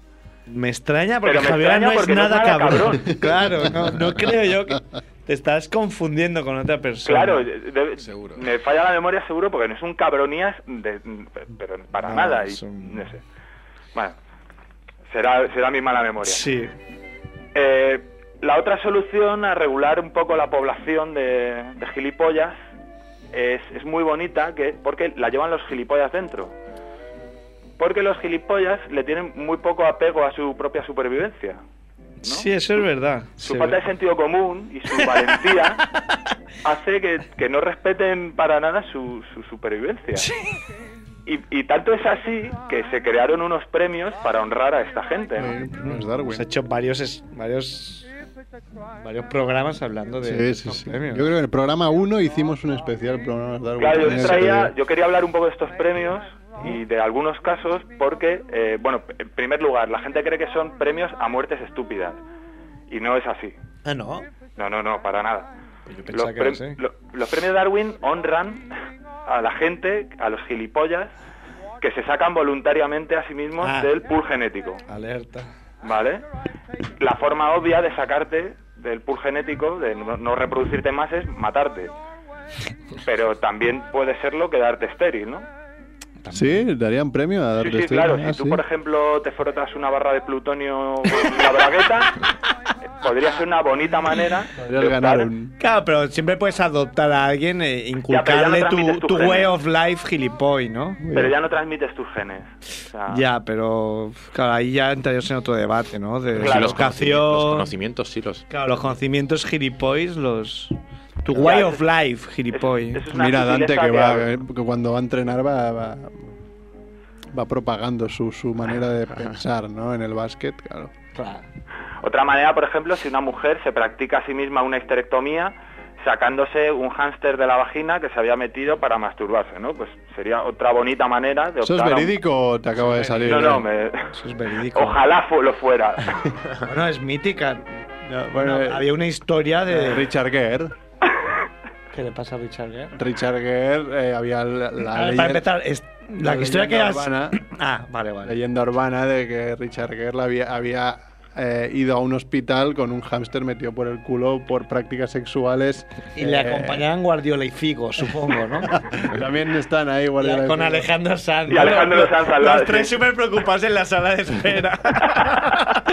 B: Me extraña porque
G: Pero me
B: Javiola
G: extraña
B: no es
G: porque no es
B: nada,
G: nada
B: cabrón.
G: cabrón.
B: claro, no, no creo yo que. Te estás confundiendo con otra persona.
G: Claro, eh, de- de-
D: Seguro.
G: me falla la memoria seguro porque no es un cabronías, de- pero para
B: No,
G: nada. y
B: es un-
G: no sé. Bueno, será, será mi mala memoria.
B: Sí.
G: Eh, la otra solución a regular un poco la población de, de gilipollas es, es muy bonita que, porque la llevan los gilipollas dentro. Porque los gilipollas le tienen muy poco apego a su propia supervivencia. ¿no?
B: Sí, eso es verdad.
G: Su
B: Se
G: falta
B: ve.
G: de sentido común y su valentía hace que, que no respeten para nada su, su supervivencia. Y, y tanto es así que se crearon unos premios para honrar a esta gente. ¿no?
C: Eh, no es
B: Hemos
C: Darwin.
B: Mm, hecho varios, es- varios, varios programas hablando de
C: Sí, sí,
B: estos
C: sí. Yo
B: premios.
C: creo que en el programa 1 hicimos un especial programa de Darwin. Eh,
G: Claro, yo
C: Tenía
G: les
C: que
G: traía,
C: pedir.
G: yo quería hablar un poco de estos premios y de algunos casos porque, eh, bueno, en primer lugar, la gente cree que son premios a muertes estúpidas y no es así.
B: Ah, no.
G: No, no, no, para nada.
B: Pues Yo pensaba que
G: pre-
B: era así.
G: lo- los premios Darwin honran a la gente, a los gilipollas, que se sacan voluntariamente a sí mismos
B: Ah.
G: del pool genético,
B: Alerta.
G: ¿vale? La forma obvia de sacarte del pool genético, de no, no reproducirte más, es matarte. Pero también puede serlo quedarte estéril, ¿no?
C: Sí, darían premio a
G: Sí,
C: darte
G: sí,
C: este-
G: claro.
C: ah,
G: si tú,
C: sí.
G: por ejemplo, te frotas una barra de plutonio con la bragueta, eh, podría ser una bonita manera
C: Podrías
G: de
C: ganar
G: optar-
C: un-
B: Claro, pero siempre puedes adoptar a alguien e inculcarle
G: Ya, pero ya no
B: tu,
G: transmites tu
B: tu
G: genio.
B: way of life gilipoy, ¿no?
G: Pero ya no transmites tus genes. O sea,
B: Ya, pero claro, ahí ya entrarías en otro debate, ¿no? De
G: Claro.
B: la
G: los
B: educación.
A: conocimientos, los conocimientos sí los.
B: Claro, los conocimientos gilipoys, los. Tu
G: Claro,
B: way
G: eso-
B: of life
G: es-
B: gilipoy.
G: eso es una
C: Mira, Dante
G: sutileza
C: que va,
G: que-
C: que cuando va a entrenar va, va, va propagando su, su manera de pensar, ¿no? En el básquet, claro.
B: Claro.
G: Otra manera, por ejemplo, si una mujer se practica a sí misma una histerectomía sacándose un hámster de la vagina que se había metido para masturbarse, ¿no? Pues sería otra bonita manera de
C: ¿Eso
G: optar
C: es
G: a un-
C: verídico o te acaba de salir?
G: No,
C: eh?
G: no, me-
B: Eso es verídico.
G: Ojalá fu- lo fuera.
B: Bueno, es mítica.
C: No, bueno,
B: Una-
C: eh,
B: había una historia de.
C: Richard Gere.
B: eh, ¿Qué le pasa a Richard Gere?
C: Richard Gere eh, había la, la
B: A ver,
C: leyenda-
B: Ah, para empezar, es- la,
C: la
B: historia que
C: leyenda
B: has...
C: urbana.
B: Ah, vale,
C: la
B: vale.
C: leyenda urbana de que Richard Gere había, había eh, ido a un hospital con un hámster metido por el culo por prácticas sexuales.
B: Y le
C: eh,
B: acompañaban Guardiola y Figo, supongo, ¿no?
C: También están ahí, guardia
B: La-
C: de
B: con
C: fila.
B: Alejandro Sanz.
G: Y Alejandro
B: Los-
G: Sanz al
B: Los
G: lado,
B: tres
G: sí.
B: súper preocupados en la sala de espera.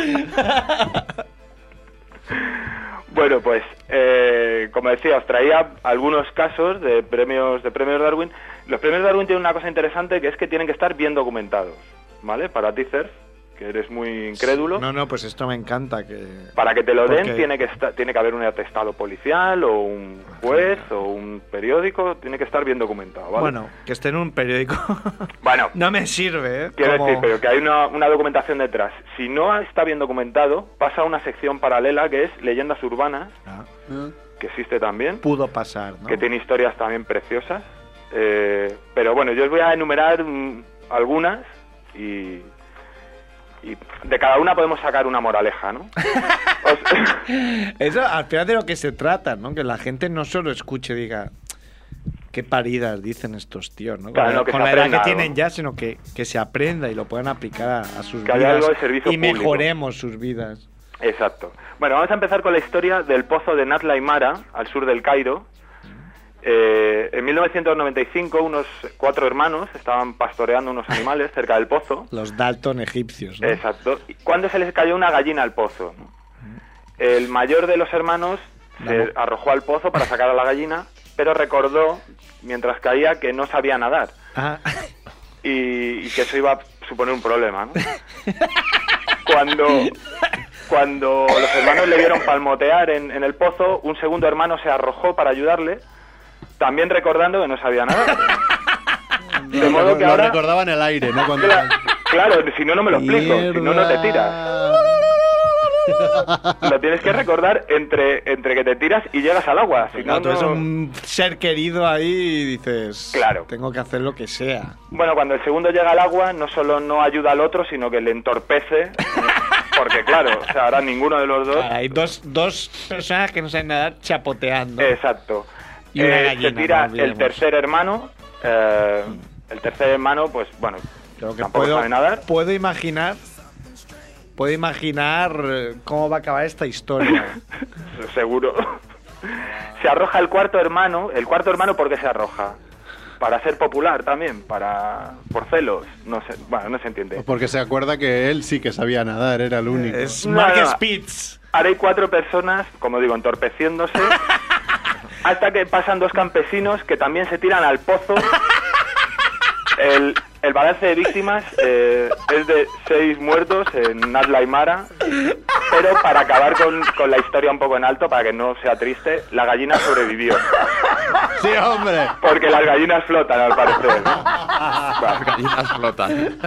G: Bueno, pues eh, como decía, os traía algunos casos de premios de premios Darwin. Los premios Darwin tienen una cosa interesante que es que tienen que estar bien documentados, ¿vale? Para ti, Cerf, que eres muy incrédulo,
B: No, no, pues esto me encanta. que
G: para que te lo den
B: Porque-
G: tiene que esta- tiene que haber un atestado policial o un juez o un periódico, tiene que estar bien documentado, ¿vale?
B: Bueno, que esté en un periódico.
G: Bueno,
B: no me sirve, ¿eh?
G: quiero
B: Como-
G: decir, pero que hay una, una documentación detrás. Si no está bien documentado, pasa a una sección paralela que es leyendas urbanas,
B: Ah,
G: que existe también.
B: pudo pasar, ¿no?
G: que tiene historias también preciosas. Eh, pero bueno, yo os voy a enumerar mm, algunas y, y de cada una podemos sacar una moraleja, ¿no? Os-
B: Eso al final de lo que se trata, ¿no? Que la gente no solo escuche y diga qué paridas dicen estos tíos, ¿no? Con,
G: Claro,
B: la-
G: no, que
B: con
G: se
B: la edad
G: aprenda
B: que
G: algo.
B: tienen ya, sino que, que se aprenda y lo puedan aplicar a, a sus
G: Que haya
B: vidas
G: algo de servicio
B: y
G: público.
B: mejoremos sus vidas.
G: Exacto. Bueno, vamos a empezar con la historia del pozo de Natla y Mara, al sur del Cairo. Eh, en 1995, unos cuatro hermanos estaban pastoreando unos animales cerca del pozo.
B: Los Dalton egipcios, ¿no?
G: Exacto. ¿Y ¿Cuándo se les cayó una gallina al pozo? El mayor de los hermanos se arrojó al pozo para sacar a la gallina, pero recordó, mientras caía, que no sabía nadar
B: Ah,
G: y, y que eso iba suponer un problema, ¿no? Cuando, cuando los hermanos le vieron palmotear en, en el pozo, un segundo hermano se arrojó para ayudarle, también recordando que no sabía nada. De modo que
C: lo
G: ahora-
C: recordaba en el aire, ¿no? Cuando...
G: Claro, claro, si no, no me lo explico, si no, no te tiras. Lo tienes que recordar entre, entre que te tiras y llegas al agua, si no,
B: Claro, Ah, tú eres
G: no-
B: un ser querido ahí y dices,
G: Claro.
B: tengo que hacer lo que sea.
G: Bueno, cuando el segundo llega al agua, no solo no ayuda al otro, sino que le entorpece. Porque, claro, o sea, ahora ninguno de los dos.
B: Claro, hay dos, dos personas que no saben nadar chapoteando.
G: Exacto. Eh,
B: Y una
G: se
B: gallina, no
G: tira el
B: olvidemos.
G: tercer hermano. eh, el tercer hermano, pues bueno,
B: Creo que
G: tampoco
B: puedo,
G: sabe nadar.
B: puedo imaginar. Puedo imaginar eh, cómo va a acabar esta historia.
G: Seguro. Se arroja el cuarto hermano. ¿El cuarto hermano por qué se arroja? Para ser popular también, para por celos. No sé, bueno, no se entiende.
C: Porque se acuerda que él sí que sabía nadar, era el único.
B: es
G: No,
B: Mark
G: no, no.
B: Spitz.
G: Ahora hay cuatro personas, como digo, entorpeciéndose. hasta que pasan dos campesinos que también se tiran al pozo. El, el balance de víctimas eh, es de seis muertos en Natla y Mara. Pero para acabar con, con la historia un poco en alto, para que no sea triste, la gallina sobrevivió.
C: ¡Sí, hombre!
G: Porque las gallinas flotan, al parecer.
D: Las gallinas flotan.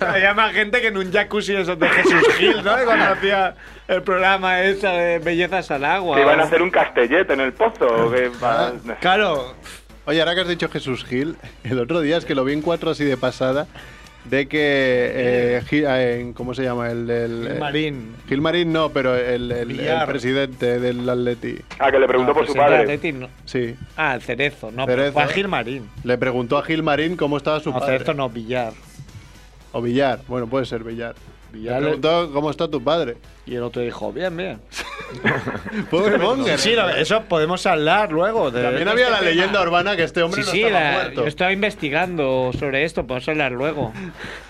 B: Había más gente que en un jacuzzi esos de Jesús Gil, ¿no? De Cuando hacía el programa esa de Bellezas al Agua.
G: Que iban a hacer un castellete en el pozo. o que-
B: Ah. Claro,
C: Oye, ahora que has dicho Jesús Gil, el otro día es que lo vi en cuatro así de pasada, de que... eh, Gi- eh, en- ¿Cómo se llama? El, del- eh,
B: Gil Marín.
C: Gil Marín no, pero el, el- el
B: Villar.
C: presidente del Atleti.
G: Ah, que le preguntó
B: No,
G: por su
B: presidente de
G: padre.
B: Atleti, no.
C: Sí.
B: Ah, el cerezo, no,
C: Cerezo.
B: fue a Gil Marín.
C: Le preguntó a Gil Marín cómo estaba su
B: No,
C: padre.
B: cerezo no, Villar.
C: O Villar. Bueno, puede ser Villar.
B: Villar
C: Le preguntó cómo está tu padre.
B: Y el otro dijo, bien, bien.
C: Pobre Monger.
B: Sí, lo- eso podemos hablar luego. de-
C: También
B: de
C: había
B: este
C: la
B: tema.
C: leyenda urbana que este hombre
H: Sí,
C: no
H: sí,
C: estaba
H: la-
C: muerto.
H: yo estaba investigando sobre esto, podemos hablar luego.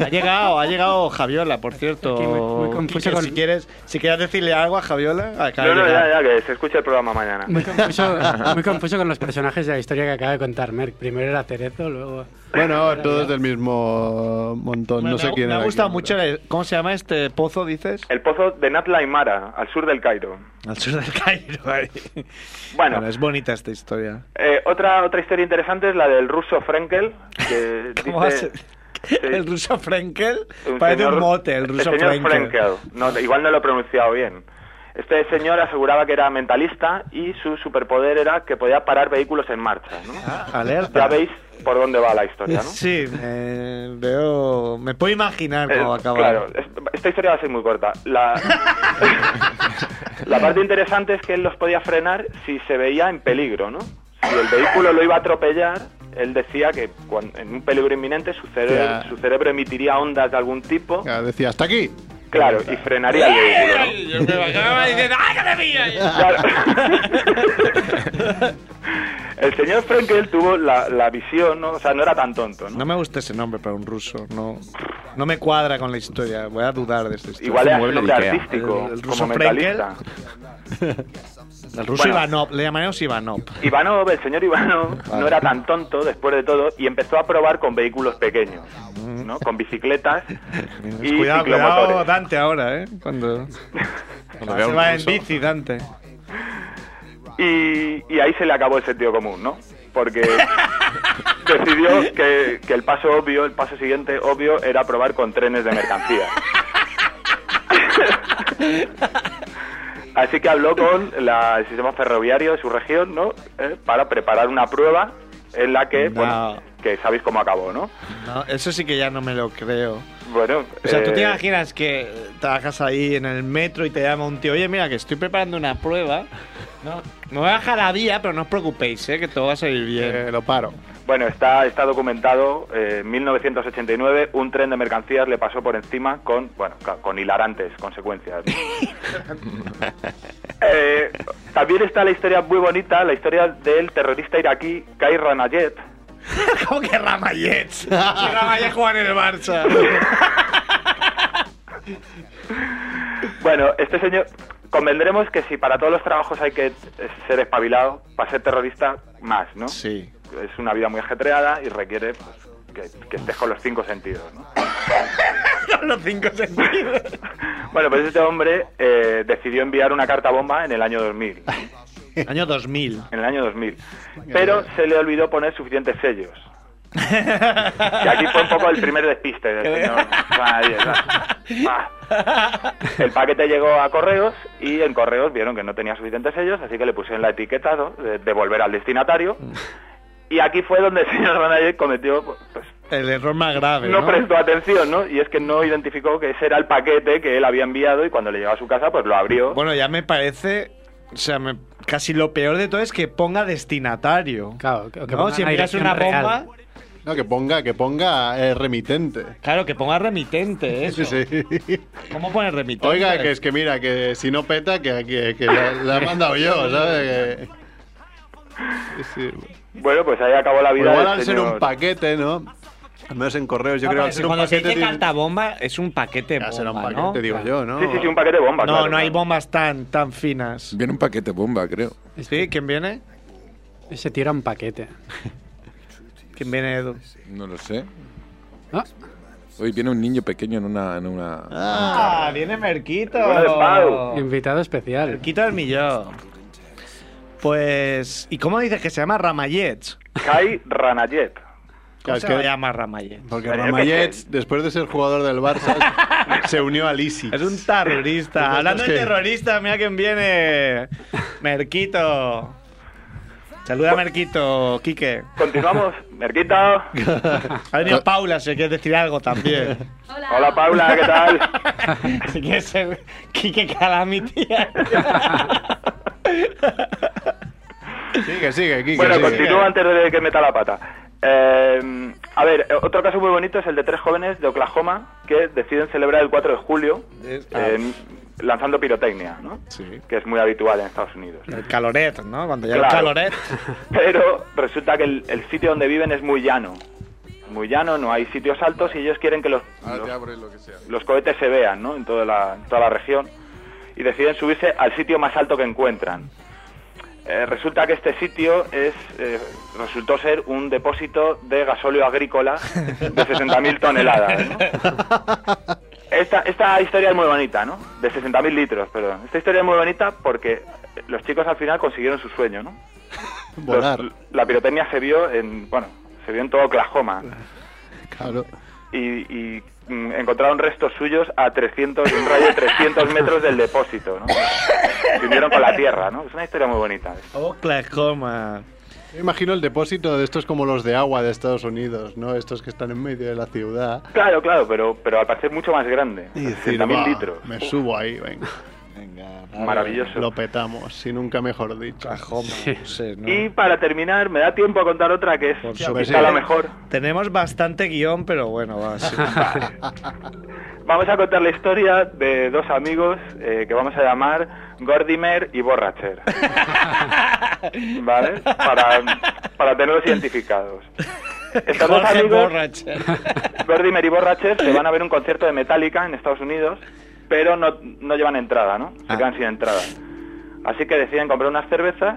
B: Ha llegado, ha llegado Javiola, por cierto.
H: Estoy muy- muy confuso
B: Quique,
H: con-
B: si quieres, si quieres decirle algo a Javiola, acaba
G: No, no,
B: de
G: ya,
B: llegar.
G: ya, que se escuche el programa mañana.
H: Muy confuso, muy confuso con los personajes de la historia que acaba de contar Merck. Primero era Cerezo, luego...
C: Bueno, todos del mismo montón.
B: Bueno,
C: no sé
B: me ha-
C: quién
B: Me ha
C: era
B: gustado
C: quién,
B: mucho.
C: pero-
B: el- ¿Cómo se llama este pozo, dices?
G: El pozo de Natla y Mara, al sur del Cairo.
B: Al sur del Cairo. ahí.
G: Bueno,
B: es bonita esta historia.
G: eh, otra otra historia interesante es la del ruso Frenkel, que
B: ¿Cómo va a
G: dice... sí,
B: ser? El ruso Frenkel
G: un
B: parece
G: señor-
B: un mote, el ruso
G: señor Frenkel.
B: Frenkel.
G: No, igual no lo he pronunciado bien. Este señor aseguraba que era mentalista y su superpoder era que podía parar vehículos en marcha, ¿no?
B: Ah. Alerta.
G: Ya veis por dónde va la historia, ¿no?
B: Sí, me veo. Me puedo imaginar
G: Eh,
B: cómo va a acabar.
G: Claro, es- esta historia va a ser muy corta. La, la parte interesante es que él los podía frenar si se veía en peligro, ¿no? Si el vehículo lo iba a atropellar, él decía que cuan- en un peligro inminente su, cere-
C: Ya.
G: su cerebro emitiría ondas de algún tipo,
C: Ah, Decía, hasta aquí.
G: claro, y frenaría el vehículo. ¿no?
B: Yo me imaginaba diciendo, ¡ay, que me "Ah, pilla!
G: Claro. el señor Frankel tuvo la, la visión, ¿no? O sea, no era tan tonto, ¿no?
B: No me gusta ese nombre para un ruso. No, no me cuadra con la historia. Voy a dudar de esta historia.
A: es un
G: Igual era su
A: mueble
G: nombre
A: de Ikea.
G: artístico,
B: El- el ruso
G: como mentalista.
B: Frenkel. El ruso
G: bueno.
B: Ivanov. Le llamaremos Ivanov.
G: Ivanov, el señor Ivanov, no era tan tonto después de todo y empezó a probar con vehículos pequeños,
A: Ah,
G: ¿no? Con bicicletas y
B: cuidado,
G: ciclomotores.
B: cuidado, Dante, ahora, ¿eh? Cuando.
A: Cuando vea
B: se
A: un
B: va en
A: ruso-
B: bici, Dante.
G: Y, y ahí se le acabó el sentido común, ¿no? Porque decidió que, que el paso obvio, el paso siguiente obvio, era probar con trenes de mercancía. Así que habló con la- el sistema ferroviario de su región, ¿no? Eh, para preparar una prueba en la que, bueno,
B: No.
G: que sabéis cómo acabó, ¿no?
B: No, eso sí que ya no me lo creo.
G: Bueno,
B: O sea, tú te
G: eh,
B: imaginas que eh, trabajas ahí en el metro y te llama un tío, oye, mira, que estoy preparando una prueba. No, me voy a bajar a vía, pero no os preocupéis, ¿eh? que todo va a salir bien.
C: Eh, lo paro.
G: Bueno, está, está documentado. eh, En 1989, un tren de mercancías le pasó por encima con, bueno, ca- con hilarantes consecuencias. Eh, también está la historia muy bonita, la historia del terrorista iraquí Kai Ranayet.
B: ¿Cómo que Ramayet? Si Ramayet juega en el Barça.
G: Bueno, este señor, convendremos que si para todos los trabajos hay que eh, ser espabilado, para ser terrorista, más, ¿no?
B: Sí.
G: Es una vida muy ajetreada y requiere pues, que, que estés con los cinco sentidos, ¿no?
B: Los cinco sentidos.
G: Bueno, pues este hombre eh, decidió enviar una carta bomba en el año 2000,
B: Año 2000.
G: en el año 2000, pero se le olvidó poner suficientes sellos. Y aquí fue un poco el primer despiste del señor. Ahí está. Ah. El paquete llegó a correos y en correos vieron que no tenía suficientes sellos, así que le pusieron la etiqueta ¿no? de devolver al destinatario. Y aquí fue donde el señor manager cometió pues,
B: El error más grave.
G: no,
B: ¿no?
G: prestó atención, ¿no? Y es que no identificó que ese era el paquete que él había enviado y cuando le llegó a su casa, pues lo abrió.
B: Bueno, ya me parece. O sea, me- casi lo peor de todo es que ponga destinatario.
H: Claro, que- que
B: ¿No?
H: ponga
B: Si envías
H: dirección
B: una
H: real.
B: bomba.
C: No, que ponga, que ponga eh, remitente.
B: Claro, que ponga remitente, eso.
C: Sí, sí.
B: ¿Cómo poner remitente?
C: Oiga, que es que mira, que si no peta, que, que, que la, la he mandado yo, ¿sabes? Que- Sí, sí.
G: Bueno, pues ahí acabó la
C: O
G: vida
C: igual
G: del
C: al ser
G: señor.
C: un paquete, ¿no? Al menos en correos, yo creo al ser un
B: cuando se
C: paquete.
B: dice
C: tiene-
B: carta bomba, es un paquete
C: Ya
B: bomba,
C: será un paquete,
B: ¿no?
C: digo yo, ¿no?
G: Sí, sí, sí, un paquete de bombas.
B: No,
G: claro,
B: no hay
G: claro.
B: bombas tan, tan finas.
D: Viene un paquete bomba, creo.
B: ¿Sí? ¿Quién viene?
H: Ese tira un paquete.
B: ¿Quién viene, Edu?
D: No lo sé.
H: Ah,
D: Hoy viene un niño pequeño en una... En una...
B: ¡Ah! ¡Viene Merquito!
G: Bueno, de
B: Oh.
G: Pau.
H: invitado especial.
B: Merquito del millón. Pues... ¿Y cómo dices que se llama Ramayet?
G: Kai Ranayet.
B: ¿Cómo
C: Es
B: se
C: que-
B: llama Ramayet?
C: Porque
G: Pero yo qué sé.
C: Ramayet, después de ser jugador del Barça, se unió al ISIS.
B: Es un terrorista. Hablando de
C: que-
B: terrorista, mira quién viene. Merquito. Saluda a Merquito, Quique.
G: Continuamos. Merquita.
B: Ha venido Paula, si quieres decir algo también.
G: Hola, Paula, ¿qué tal?
B: si quieres ser Quique Calamity.
C: Sigue, sigue, Kike,
G: Bueno,
C: sigue.
G: continúo antes de que meta la pata. Eh, a ver, otro caso muy bonito es el de tres jóvenes de Oklahoma que deciden celebrar el 4 de julio eh, lanzando pirotecnia, ¿no?
D: Sí.
G: Que es muy habitual en Estados Unidos.
B: el caloret, ¿no? Cuando llega
G: Claro.
B: el caloret.
G: Pero resulta que el, el sitio donde viven es muy llano. Muy llano, no hay sitios altos y ellos quieren que los,
D: Ahora te
G: los,
D: abro lo que sea.
G: los cohetes se vean ¿no? en, toda la, en toda la región. Y deciden subirse al sitio más alto que encuentran. Eh, resulta que este sitio es eh, resultó ser un depósito de gasóleo agrícola de 60.000 toneladas. ¿no? Esta, esta historia es muy bonita, ¿no? De 60.000 litros, perdón. Esta historia es muy bonita porque los chicos al final consiguieron su sueño, ¿no?
C: Volar,
G: Los- la pirotecnia se vio en, bueno, se vio en todo Oklahoma
C: claro.
G: y, y, mm, encontraron restos suyos a 300, en un radio de 300 metros del depósito, ¿no? Se unieron con la tierra, ¿no? Es una historia muy bonita. ¿eh?
B: Oklahoma.
C: Yo imagino el depósito de estos como los de agua de Estados Unidos, ¿no? Estos que están en medio de la ciudad.
G: Claro, claro, pero, pero al parecer mucho más grande.
C: Y decir,
G: 60.000
C: "Buah,
G: litros.
C: me subo ahí, venga. Venga.
G: Maravilloso.
C: Lo petamos, si nunca mejor dicho.
B: Oklahoma. No sé, ¿no?
G: Y para terminar, me da tiempo a contar otra que es
B: Por
G: quizá
C: supuesto.
G: la mejor.
B: Tenemos bastante guión, pero bueno, va, sí.
G: Vamos a contar la historia de dos amigos eh, que vamos a llamar Gordimer y Borracher. ¿Vale? Para, para tenerlos identificados. Estos dos
B: Jorge
G: amigos,
B: Borracher.
G: Gordimer y Borracher, se van a ver un concierto de Metallica en Estados Unidos, pero no, no llevan entrada, ¿no? Se quedan sin entrada. Así que deciden comprar unas cervezas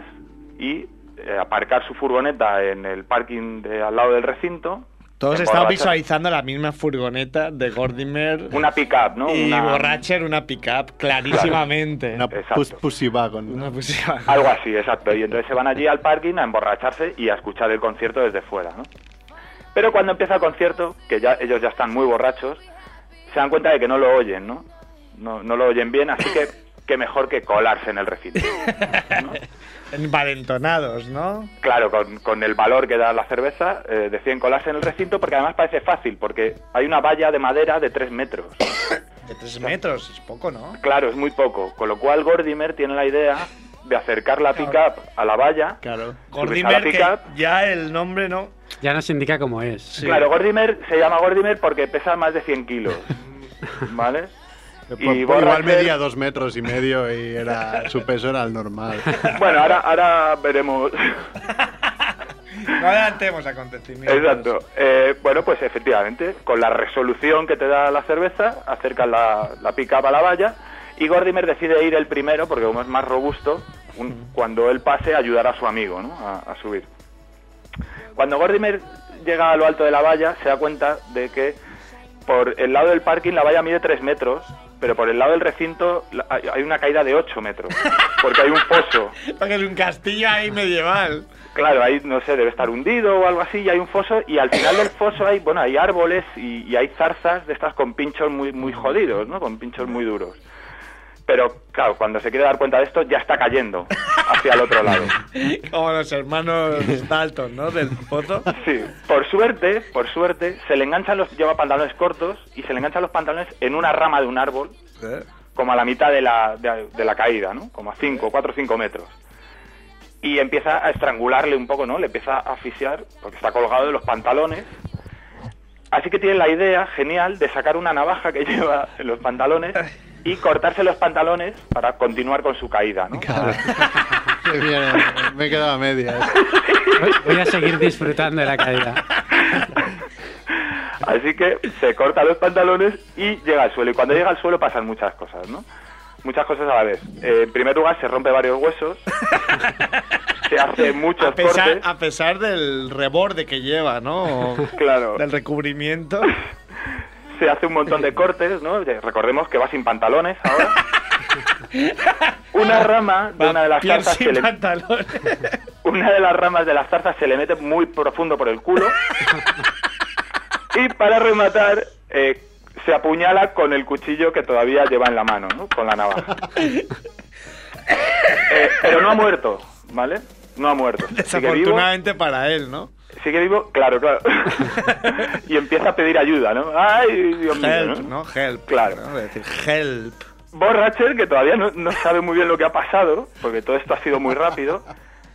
G: y eh, aparcar su furgoneta en el parking de al lado del recinto.
B: Todos
G: En
B: estamos
G: Borracher.
B: visualizando la misma furgoneta de Gordimer
G: Una pick-up, ¿no?
B: y
G: Una-
B: Borracher, una pickup, clarísimamente.
C: Una
G: Exacto.
C: pus pussy wagon.
B: Una
C: ¿no?
B: pusieron-
G: Algo así, exacto. Y entonces se van allí al parking a emborracharse y a escuchar el concierto desde fuera, ¿no? Pero cuando empieza el concierto, que ya ellos ya están muy borrachos, se dan cuenta de que no lo oyen, ¿no? No, no lo oyen bien, así que qué mejor que colarse en el recinto.
B: Envalentonados, ¿no?
G: Claro, con, con el valor que da la cerveza, eh, deciden colarse en el recinto porque además parece fácil, porque hay una valla de madera de 3 metros.
B: De tres metros, es poco, ¿no?
G: Claro, es muy poco, con lo cual Gordimer tiene la idea de acercar la pickup a la valla.
C: Claro.
G: Subirse a la
B: Gordimer, que
G: pickup.
B: ya el nombre no.
H: Ya nos indica cómo es.
G: Claro, Gordimer se llama Gordimer porque pesa más de 100 kilos. ¿Vale?
C: Por-
G: Y
C: por- igual
G: Borracher-
C: medía dos metros y medio y era su peso era el normal.
G: Bueno, ahora, ahora veremos.
B: No adelantemos acontecimientos.
G: Exacto. Eh, bueno, pues efectivamente, con la resolución que te da la cerveza, acercas la, la pick-up a la valla y Gordimer decide ir el primero porque como es más robusto, un- cuando él pase ayudará a su amigo ¿no? a, a subir. Cuando Gordimer llega a lo alto de la valla, se da cuenta de que por el lado del parking la valla mide 3 metros, pero por el lado del recinto la- hay hay una caída de 8 metros, porque hay un foso.
B: Porque es un castillo ahí medieval.
G: Claro, ahí no sé, debe estar hundido o algo así, y hay un foso, y al final del foso hay, bueno, hay árboles y, y hay zarzas de estas con pinchos muy, muy jodidos, ¿no? Con pinchos muy duros. Pero claro, cuando se quiere dar cuenta de esto, ya está cayendo hacia el otro lado.
B: Como los hermanos Dalton, ¿no? Del foto.
G: Sí, por suerte, por suerte, se le enganchan los, lleva pantalones cortos y se le enganchan los pantalones en una rama de un árbol, como a la mitad de la, de, de la caída, ¿no? Como a 5, 4 o 5 metros. Y empieza a estrangularle un poco, ¿no? Le empieza a asfixiar porque está colgado de los pantalones. Así que tiene la idea genial de sacar una navaja que lleva en los pantalones y cortarse los pantalones para continuar con su caída, ¿no?
C: Claro. Qué bien, me he quedado a medias.
H: Voy- Voy a seguir disfrutando de la caída.
G: Así que se corta los pantalones y llega al suelo. Y cuando llega al suelo pasan muchas cosas, ¿no? Muchas cosas a la vez. Eh, en primer lugar, se rompe varios huesos. se hace muchos
B: A pesar,
G: cortes.
B: a pesar del reborde que lleva, ¿no? O
G: Claro.
B: Del recubrimiento.
G: Se hace un montón de cortes, ¿no? Ya Recordemos que va sin pantalones ahora. una rama de una de las
B: Piel
G: zarzas se
B: sin
G: le,
B: pantalones.
G: una de las ramas de las zarzas se le mete muy profundo por el culo. y para rematar, eh, se apuñala con el cuchillo que todavía lleva en la mano, ¿no? Con la navaja. Eh, pero no ha muerto, ¿vale? No ha muerto. Sigue vivo,
B: Desafortunadamente para él, ¿no?
G: sigue vivo, claro, claro. y empieza a pedir ayuda, ¿no? Ay, Dios mío,
B: Help,
G: ¿no?
B: ¿no? Help.
G: Claro.
B: ¿no? De decir, help.
G: Borracher, que todavía no, no sabe muy bien lo que ha pasado, porque todo esto ha sido muy rápido,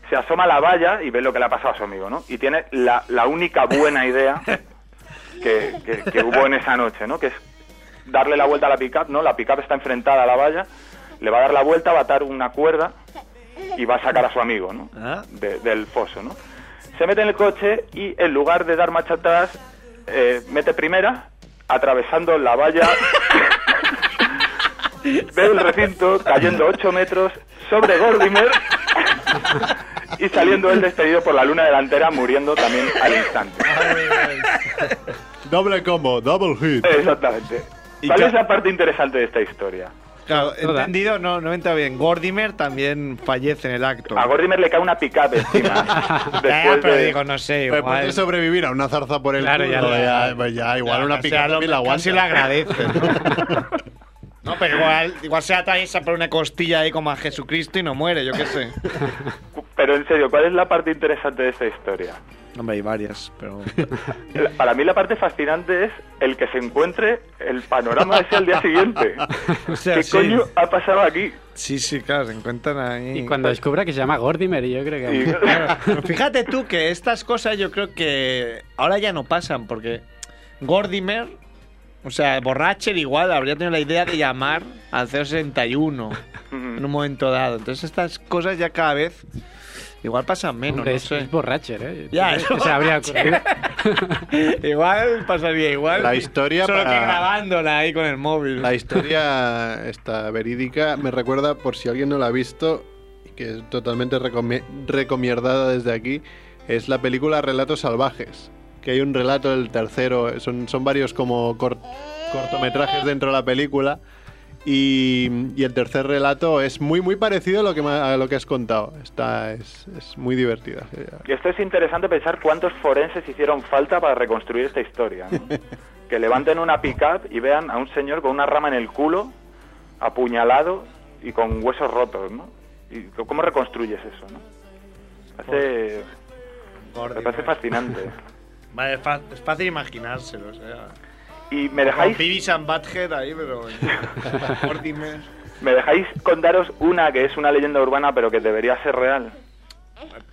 G: se asoma a la valla y ve lo que le ha pasado a su amigo, ¿no? Y tiene la, la única buena idea que, que- que hubo en esa noche, ¿no? Que es darle la vuelta a la pickup, ¿no? La pickup está enfrentada a la valla, le va a dar la vuelta, va a atar una cuerda y va a sacar a su amigo, ¿no?
B: Ah.
G: De- del foso, ¿no? Se mete en el coche y en lugar de dar marcha atrás, eh, mete primera, atravesando la valla del recinto, cayendo 8 metros sobre Gordimer y saliendo él despedido por la luna delantera, muriendo también al instante.
C: Doble combo, double hit.
G: Exactamente.
B: Y
G: ¿Cuál
B: ca-
G: es la parte interesante de esta historia?
B: Claro,
H: Toda.
B: entendido, no, no me entra bien. Gordimer también fallece en el acto.
G: A Ah, Gordimer le cae una pick-up encima.
B: Ah,
G: después
B: pero
G: de-
B: digo, no sé,
C: Pero
B: igual.
C: puede sobrevivir a una zarza por el
H: Claro,
C: culo,
H: ya lo-
C: ya, pues ya, igual una
B: pica
C: pica la aguanta.
B: Casi la agradece. ¿no? No, pero igual, igual se atraviesa por una costilla ahí como a Jesucristo y no muere, yo qué sé.
G: Pero en serio, ¿cuál es la parte interesante de esta historia?
B: Hombre, hay varias, pero.
G: La- Para mí la parte fascinante es el que se encuentre el panorama ese al día siguiente.
B: O sea,
G: ¿Qué
B: sí.
G: coño ha pasado aquí?
B: Sí, sí, claro, se encuentran ahí.
H: Y cuando descubra que se llama Gordimer, yo creo
G: Y-
H: que...
B: Pero Fíjate tú que estas cosas yo creo que ahora ya no pasan, porque Gordimer, o sea, Borracher igual habría tenido la idea de llamar al 061 en un momento dado. Entonces estas cosas ya cada vez igual pasan menos,
H: Hombre,
B: no
H: es,
B: sé.
H: es borracher, ¿eh?
B: Ya,
H: ¿Qué
B: es
H: se habría ocurrido?
B: Igual pasaría igual.
C: La historia
B: Solo
C: para-
B: que grabándola ahí con el móvil.
C: La historia está verídica. Me recuerda, por si alguien no la ha visto, y que es totalmente recomi- recomierdada desde aquí, es la película Relatos Salvajes. Que hay un relato del tercero, son, son varios como cor- cortometrajes dentro de la película. Y, y el tercer relato es muy muy parecido a lo que, ma- a lo que has contado. Está, es, es muy divertida.
G: Y esto es interesante pensar cuántos forenses hicieron falta para reconstruir esta historia. ¿no? que levanten una pick-up y vean a un señor con una rama en el culo, apuñalado y con huesos rotos, ¿no? ¿Y c- cómo reconstruyes eso, no? Hace- me parece fascinante.
B: Vale, es, fa- es fácil imaginárselo, o sea.
G: Y me
B: Con
G: dejáis,
B: Phoebe and Badhead ahí, pero. Gordimer.
G: me dejáis contaros una que es una leyenda urbana pero que debería ser real.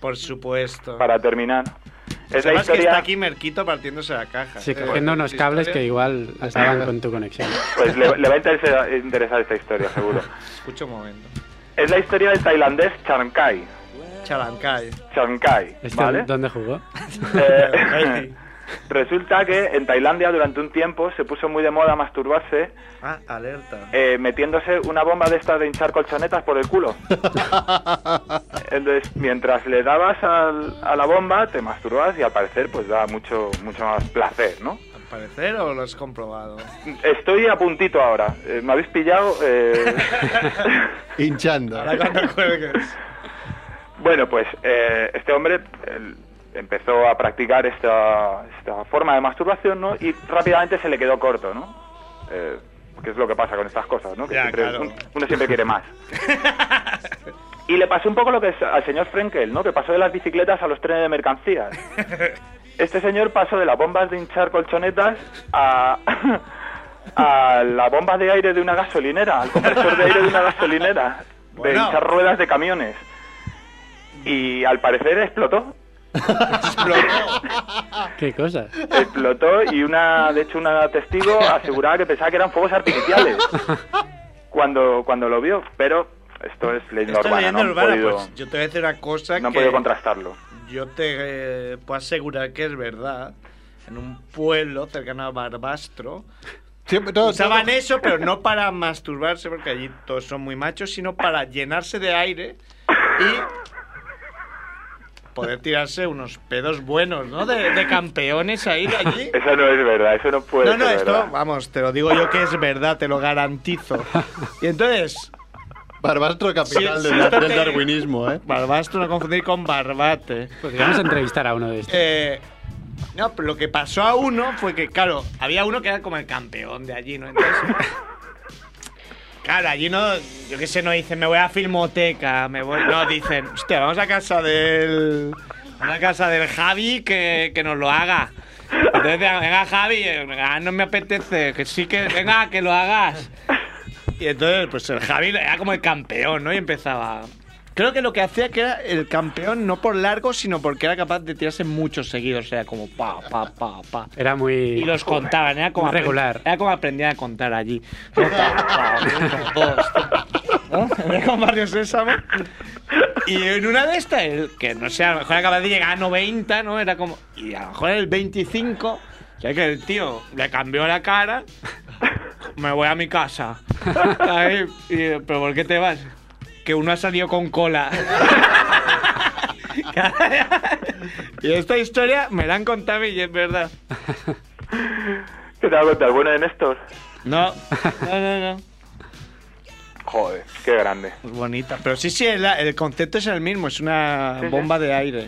B: Por supuesto.
G: Para terminar, es la
B: Además que está
G: historia.
B: aquí Merquito partiéndose la caja.
H: Sí,
B: Eh,
H: cogiendo unos
B: esta
H: cables que
B: historia,
H: igual estaban con tu conexión.
G: Pues le, le va a interesar, interesar esta historia, seguro.
B: Escucha un momento.
G: Es la historia del tailandés Chankai.
B: Chalancay.
G: Chankai,
H: Este,
G: ¿vale?
H: ¿Dónde jugó?
G: Eh, resulta que en Tailandia durante un tiempo se puso muy de moda masturbarse
B: ah, alerta.
G: eh, metiéndose una bomba de estas de hinchar colchonetas por el culo. Entonces, mientras le dabas al- a la bomba, te masturbas y al parecer, pues da mucho, mucho más placer, ¿no?
B: ¿Al parecer o lo has comprobado?
G: Estoy a puntito ahora. Eh, me habéis pillado. eh,
C: Hinchando.
B: Ahora cuando cuelgues.
G: Bueno, pues eh, este hombre el- empezó a practicar esta, esta forma de masturbación, ¿no? Y rápidamente se le quedó corto, ¿no? Eh, que es lo que pasa con estas cosas, ¿no? Que
B: Ya,
G: siempre-
B: claro.
G: un- uno siempre quiere más. y le pasó un poco lo que es al señor Frenkel, ¿no? Que pasó de las bicicletas a los trenes de mercancías. Este señor pasó de las bombas de hinchar colchonetas a, a la bomba de aire de una gasolinera, al compresor de aire de una gasolinera, de
B: Bueno.
G: hinchar ruedas de camiones. Y al parecer explotó,
H: Qué cosa.
G: explotó y una, de hecho, una testigo aseguraba que pensaba que eran fuegos artificiales cuando, cuando lo vio, pero esto es leyenda
B: Esto es
G: urbana, no
B: leyenda
G: han
B: urbana,
G: podido,
B: pues yo te voy a decir una cosa
G: no han
B: que
G: podido contrastarlo.
B: yo te eh, puedo asegurar que es verdad. En un pueblo cercano a Barbastro
C: Siempre- todo-
B: usaban eso, pero no para masturbarse, porque allí todos son muy machos, sino para llenarse de aire y poder tirarse unos pedos buenos, ¿no? De, de campeones ahí de allí.
G: Eso no es verdad, eso no puede
B: No, no,
G: ser
B: esto,
G: verdad.
B: vamos, te lo digo yo que es verdad, te lo garantizo. Y entonces,
C: Barbastro capital del,
B: Sí,
C: del
B: siéntate.
C: darwinismo, ¿eh?
B: Barbastro no confundir con Barbate.
H: Podríamos entrevistar a uno de estos.
B: Eh, no, pero lo que pasó a uno fue que, claro, había uno que era como el campeón de allí, ¿no? Entonces. Claro, allí no, yo qué sé, no dicen, me voy a filmoteca, me voy. No, dicen, hostia, vamos a casa del. A la casa del Javi que, que nos lo haga. Entonces, venga, Javi, eh, ah, no me apetece, que sí que. Venga, que lo hagas. Y entonces, pues el Javi era como el campeón, ¿no? Y empezaba. Creo que lo que hacía que era el campeón no por largo, sino porque era capaz de tirarse muchos seguidos. Era como pa, pa, pa, pa.
H: Era muy.
B: Y los contaban, era como
H: Muy regular.
B: Era como aprendían a contar allí. Pa, pa, uno, dos, tres. ¿No? Era como Barrio Sésamo. Y en una de estas, el que no sé, a lo mejor era capaz de llegar a 90, ¿no? Era como. Y a lo mejor el 25. Ya que el tío le cambió la cara. Me voy a mi casa. Ahí, y, ¿Pero por qué te vas? Que uno ha salido con cola. y esta historia me la han contado y es verdad. eh.
G: ¿Qué te va a contar? Bueno, de Néstor.
B: No, no, no, no.
G: Joder, qué grande.
B: Es Pues bonita. Pero sí, sí, el, el concepto es el mismo, es una
G: Sí, sí.
B: bomba de aire.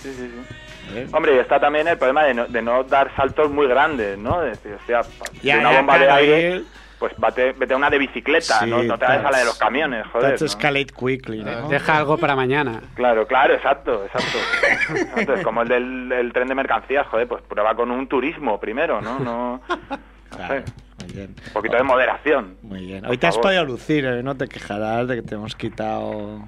G: Sí, sí, sí.
B: Eh.
G: Hombre, y está también el problema de no, de no dar saltos muy grandes, ¿no? De decir, hostia, pa-
B: Ya,
G: de una
B: ya,
G: bomba de
B: claro,
G: aire,
B: ahí-
G: pues vete, vete a una de bicicleta,
B: Sí,
G: ¿no? No te vayas a la de
B: that's-
G: los camiones, joder.
B: That's
G: ¿no? Ah,
B: escalate quickly, ¿no?
H: Deja algo para mañana.
G: Claro, claro, exacto, exacto. Exacto, Es como el del el tren de mercancías, joder, pues prueba con un turismo primero, ¿no? no
B: Claro,
G: sí.
B: muy bien.
G: un poquito de moderación.
B: Muy bien. Hoy te has
G: favor.
B: podido lucir, ¿eh? no te quejarás de que te hemos quitado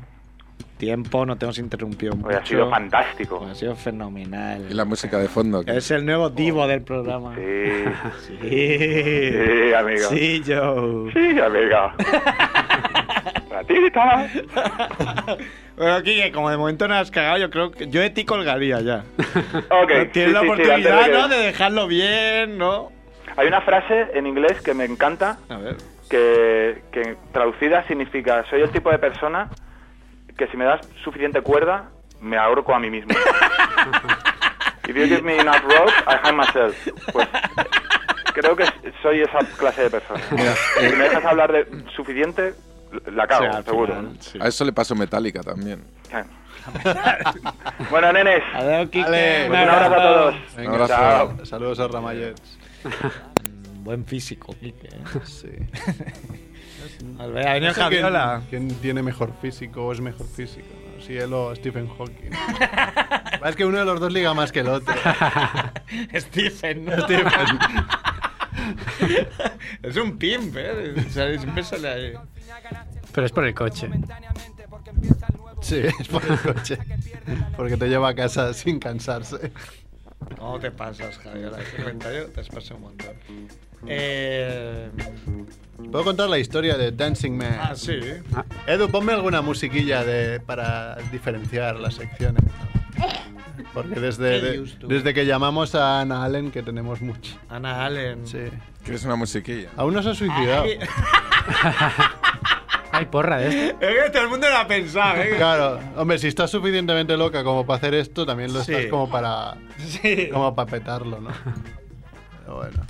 B: tiempo, no te hemos interrumpido
G: Hoy
B: mucho.
G: ha sido fantástico.
B: Ha sido fenomenal.
D: Y la música de fondo. que-
B: Es el nuevo divo del programa.
G: Sí,
B: Pues. Sí.
G: sí, amigo. Sí,
B: Sí, Joe.
G: amigo. Ratita.
B: Bueno, Kike, como de momento no has cagado, yo creo que yo de ti colgaría ya.
G: Ok.
B: Tienes
G: sí,
B: la
G: sí, sí,
B: oportunidad,
G: antes de que-
B: ¿no? De dejarlo bien, ¿no?
G: Hay una frase en inglés que me encanta,
B: A ver.
G: que, que traducida significa, soy el tipo de persona que si me das suficiente cuerda, me ahorco a mí mismo. If you give me enough rope, I hang myself. Pues creo que soy esa clase de persona. Si me dejas hablar de suficiente, la cago,
B: eh, al
G: seguro.
B: final, sí.
D: A eso le pasó Metallica también.
G: bueno, nenes,
B: Adiós, Kike.
C: Vale,
G: pues un abrazo a todos.
D: Un abrazo.
G: Chao.
C: Saludos a Ramayer.
B: Buen físico, Kike. ¿eh?
C: Sí.
B: Al ver, Ha venido
C: No sé quién-
B: Javiola.
C: ¿Quién tiene mejor físico o es mejor físico? ¿no? Si él o Stephen Hawking. es que uno de los dos liga más que el otro.
B: Stephen, ¿no? es un pimp, ¿eh? O sea, siempre sale ahí.
H: Pero es por el coche.
C: Sí, es por el coche. Porque te lleva a casa sin cansarse.
B: No te pasas, Javier. Ese comentario te has pasado un montón. Eh,
C: Puedo contar la historia de Dancing Man.
B: ah, sí.
C: Edu, ponme alguna musiquilla de, para diferenciar las secciones. Porque desde, de- desde que llamamos a Ana Allen, que tenemos mucho.
B: Ana Allen.
C: Sí. Ah,
D: Que es una musiquilla.
C: Aún no se ha suicidado.
B: Ay.
H: Hay porra ¿eh? de esto.
B: Es que todo el mundo lo ha pensado, ¿eh?
C: Claro, hombre, si estás suficientemente loca como para hacer esto, también lo
B: Sí.
C: estás como para,
B: Sí.
C: como para petarlo, ¿no? Pero bueno.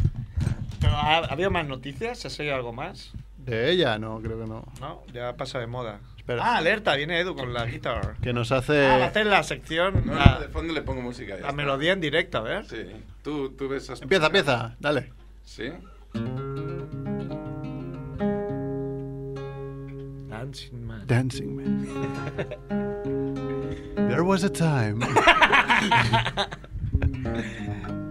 B: Pero, ¿ha, ha habido más noticias? ¿Has oído algo más?
C: De ella, no, creo que no.
B: No, ya pasa de moda.
C: Espera.
B: Ah, alerta, viene Edu con la guitarra.
C: Que nos hace...
B: Ah, va a hacer la sección,
D: No, no,
B: la,
D: de fondo le pongo música. ya
B: la
D: está.
B: melodía en directo, a ver.
D: Sí. Tú, tú ves. esas-
C: Empieza, empieza, dale.
D: Sí.
B: Dancing Man.
C: Dancing Man. There was a time.